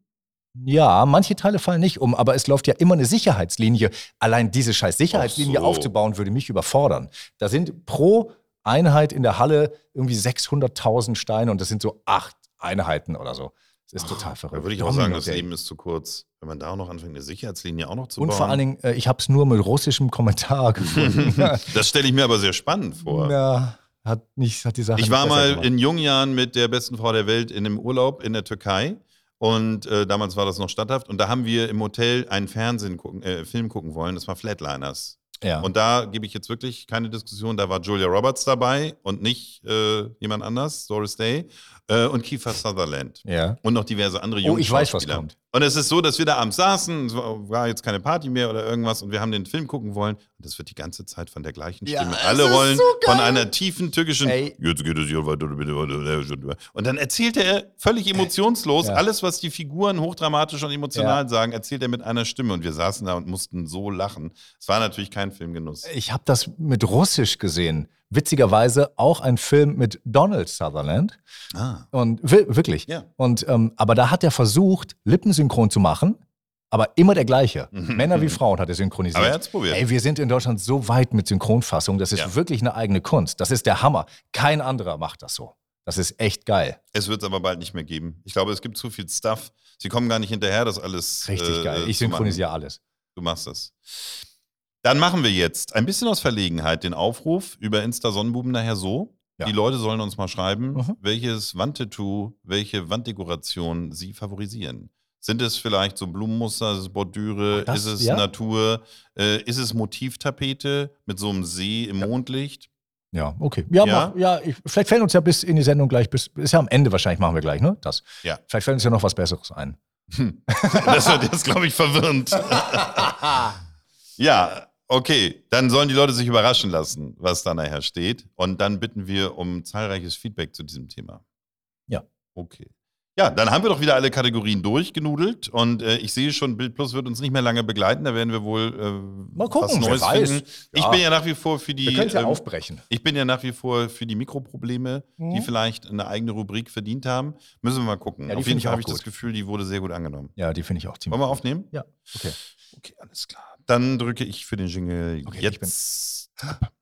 Ja, manche Teile fallen nicht um, aber es läuft ja immer eine Sicherheitslinie. Allein diese scheiß Sicherheitslinie
Ach so.
aufzubauen, würde mich überfordern. Da sind pro Einheit in der Halle irgendwie 600.000 Steine und das sind so acht Einheiten oder so. Das ist total verrückt.
Da würde ich auch
Domino
sagen, das
Day.
Leben ist zu kurz. Wenn man da auch noch anfängt, eine Sicherheitslinie auch noch zu bauen.
Und vor allen Dingen, äh, ich habe es nur mit russischem Kommentar gefunden.
[laughs]
[laughs]
das stelle ich mir aber sehr spannend vor.
ja, hat, nicht, hat die Sache
Ich war
nicht besser
mal
gemacht.
in jungen Jahren mit der besten Frau der Welt in einem Urlaub in der Türkei. Und äh, damals war das noch statthaft. Und da haben wir im Hotel einen Fernsehen gucken, äh, Film gucken wollen. Das war Flatliners.
ja.
Und da gebe ich jetzt wirklich keine Diskussion. Da war Julia Roberts dabei und nicht äh, jemand anders, Doris Day äh, und Kiefer Sutherland.
ja.
Und noch diverse andere
Oh,
junge
ich weiß, was
Schauspieler.
kommt.
Und es ist so, dass wir da abends saßen, es war war jetzt keine Party mehr oder irgendwas und wir haben den Film gucken wollen. Und das wird die ganze Zeit von der gleichen
Ja,
Stimme.
es
Alle
ist
rollen
so geil.
von einer tiefen türkischen.
Ey.
Jetzt geht es hier weiter. bitte, bitte, bitte. Und dann erzählt er völlig emotionslos
Ja.
alles, was die Figuren hochdramatisch und emotional sagen, erzählt er mit einer Stimme. Und wir saßen da und mussten so lachen. Es war natürlich kein Filmgenuss.
Ich habe das mit Russisch gesehen. Witzigerweise auch ein Film mit Donald Sutherland.
Ah,
Und wi- wirklich.
Ja.
Und ähm, aber da hat er versucht, lippensynchron zu machen, aber immer der gleiche. Männer wie Frauen hat er synchronisiert.
Mhm. [laughs] Aber er hat's probiert.
Ey, wir sind in Deutschland so weit mit Synchronfassung, das ist
Ja.
wirklich eine eigene Kunst. Das ist der Hammer. Kein anderer macht das so. Das ist echt geil.
es wird es aber bald nicht mehr geben. Ich glaube, es gibt zu viel Stuff. Sie kommen gar nicht hinterher, das alles.
Richtig
äh,
geil. Ich
zu machen.
synchronisiere alles.
Du machst es. Dann machen wir jetzt ein bisschen aus Verlegenheit den Aufruf über Insta Sonnenbuben nachher so.
Ja.
Die Leute sollen uns mal schreiben,
Mhm.
welches Wandtattoo, welche Wanddekoration sie favorisieren. Sind es vielleicht so Blumenmuster, ist es Bordüre,
Ach, Ah, das,
ist es
ja.
Natur, äh, ist es Motivtapete mit so einem See im Mondlicht?
Ja, okay. Ja,
Ja?
ja? Mach, ja ich, vielleicht fällt uns ja bis in die Sendung gleich, bis, ist ja am Ende wahrscheinlich, machen wir gleich, ne? Das.
Ja.
Vielleicht fällt uns ja noch was Besseres ein.
Hm. [laughs] Das wird jetzt, glaube ich, verwirrend.
[laughs]
ja, okay. Dann sollen die Leute sich überraschen lassen, was da nachher steht. Und dann bitten wir um zahlreiches Feedback zu diesem Thema.
Ja.
Okay. Ja, dann haben wir doch wieder alle Kategorien durchgenudelt und äh, ich sehe schon, Bild Plus wird uns nicht mehr lange begleiten. Da werden wir wohl äh,
Mal gucken,
was Neues
wer weiß.
finden. Ich
Ja.
bin ja nach wie vor für die.
Wir können es ja
ähm,
aufbrechen.
ich bin ja nach wie vor für die Mikroprobleme, die
Mhm.
vielleicht eine eigene Rubrik verdient haben. Müssen wir mal gucken.
Ja, die
Auf jeden
finde ich
Fall
auch
habe ich
gut.
das Gefühl, die wurde sehr gut angenommen.
Ja, die finde ich auch ziemlich.
Wollen wir aufnehmen?
Ja, okay.
Okay, alles klar. Dann drücke ich für den Jingle
Okay, ich
jetzt. ab.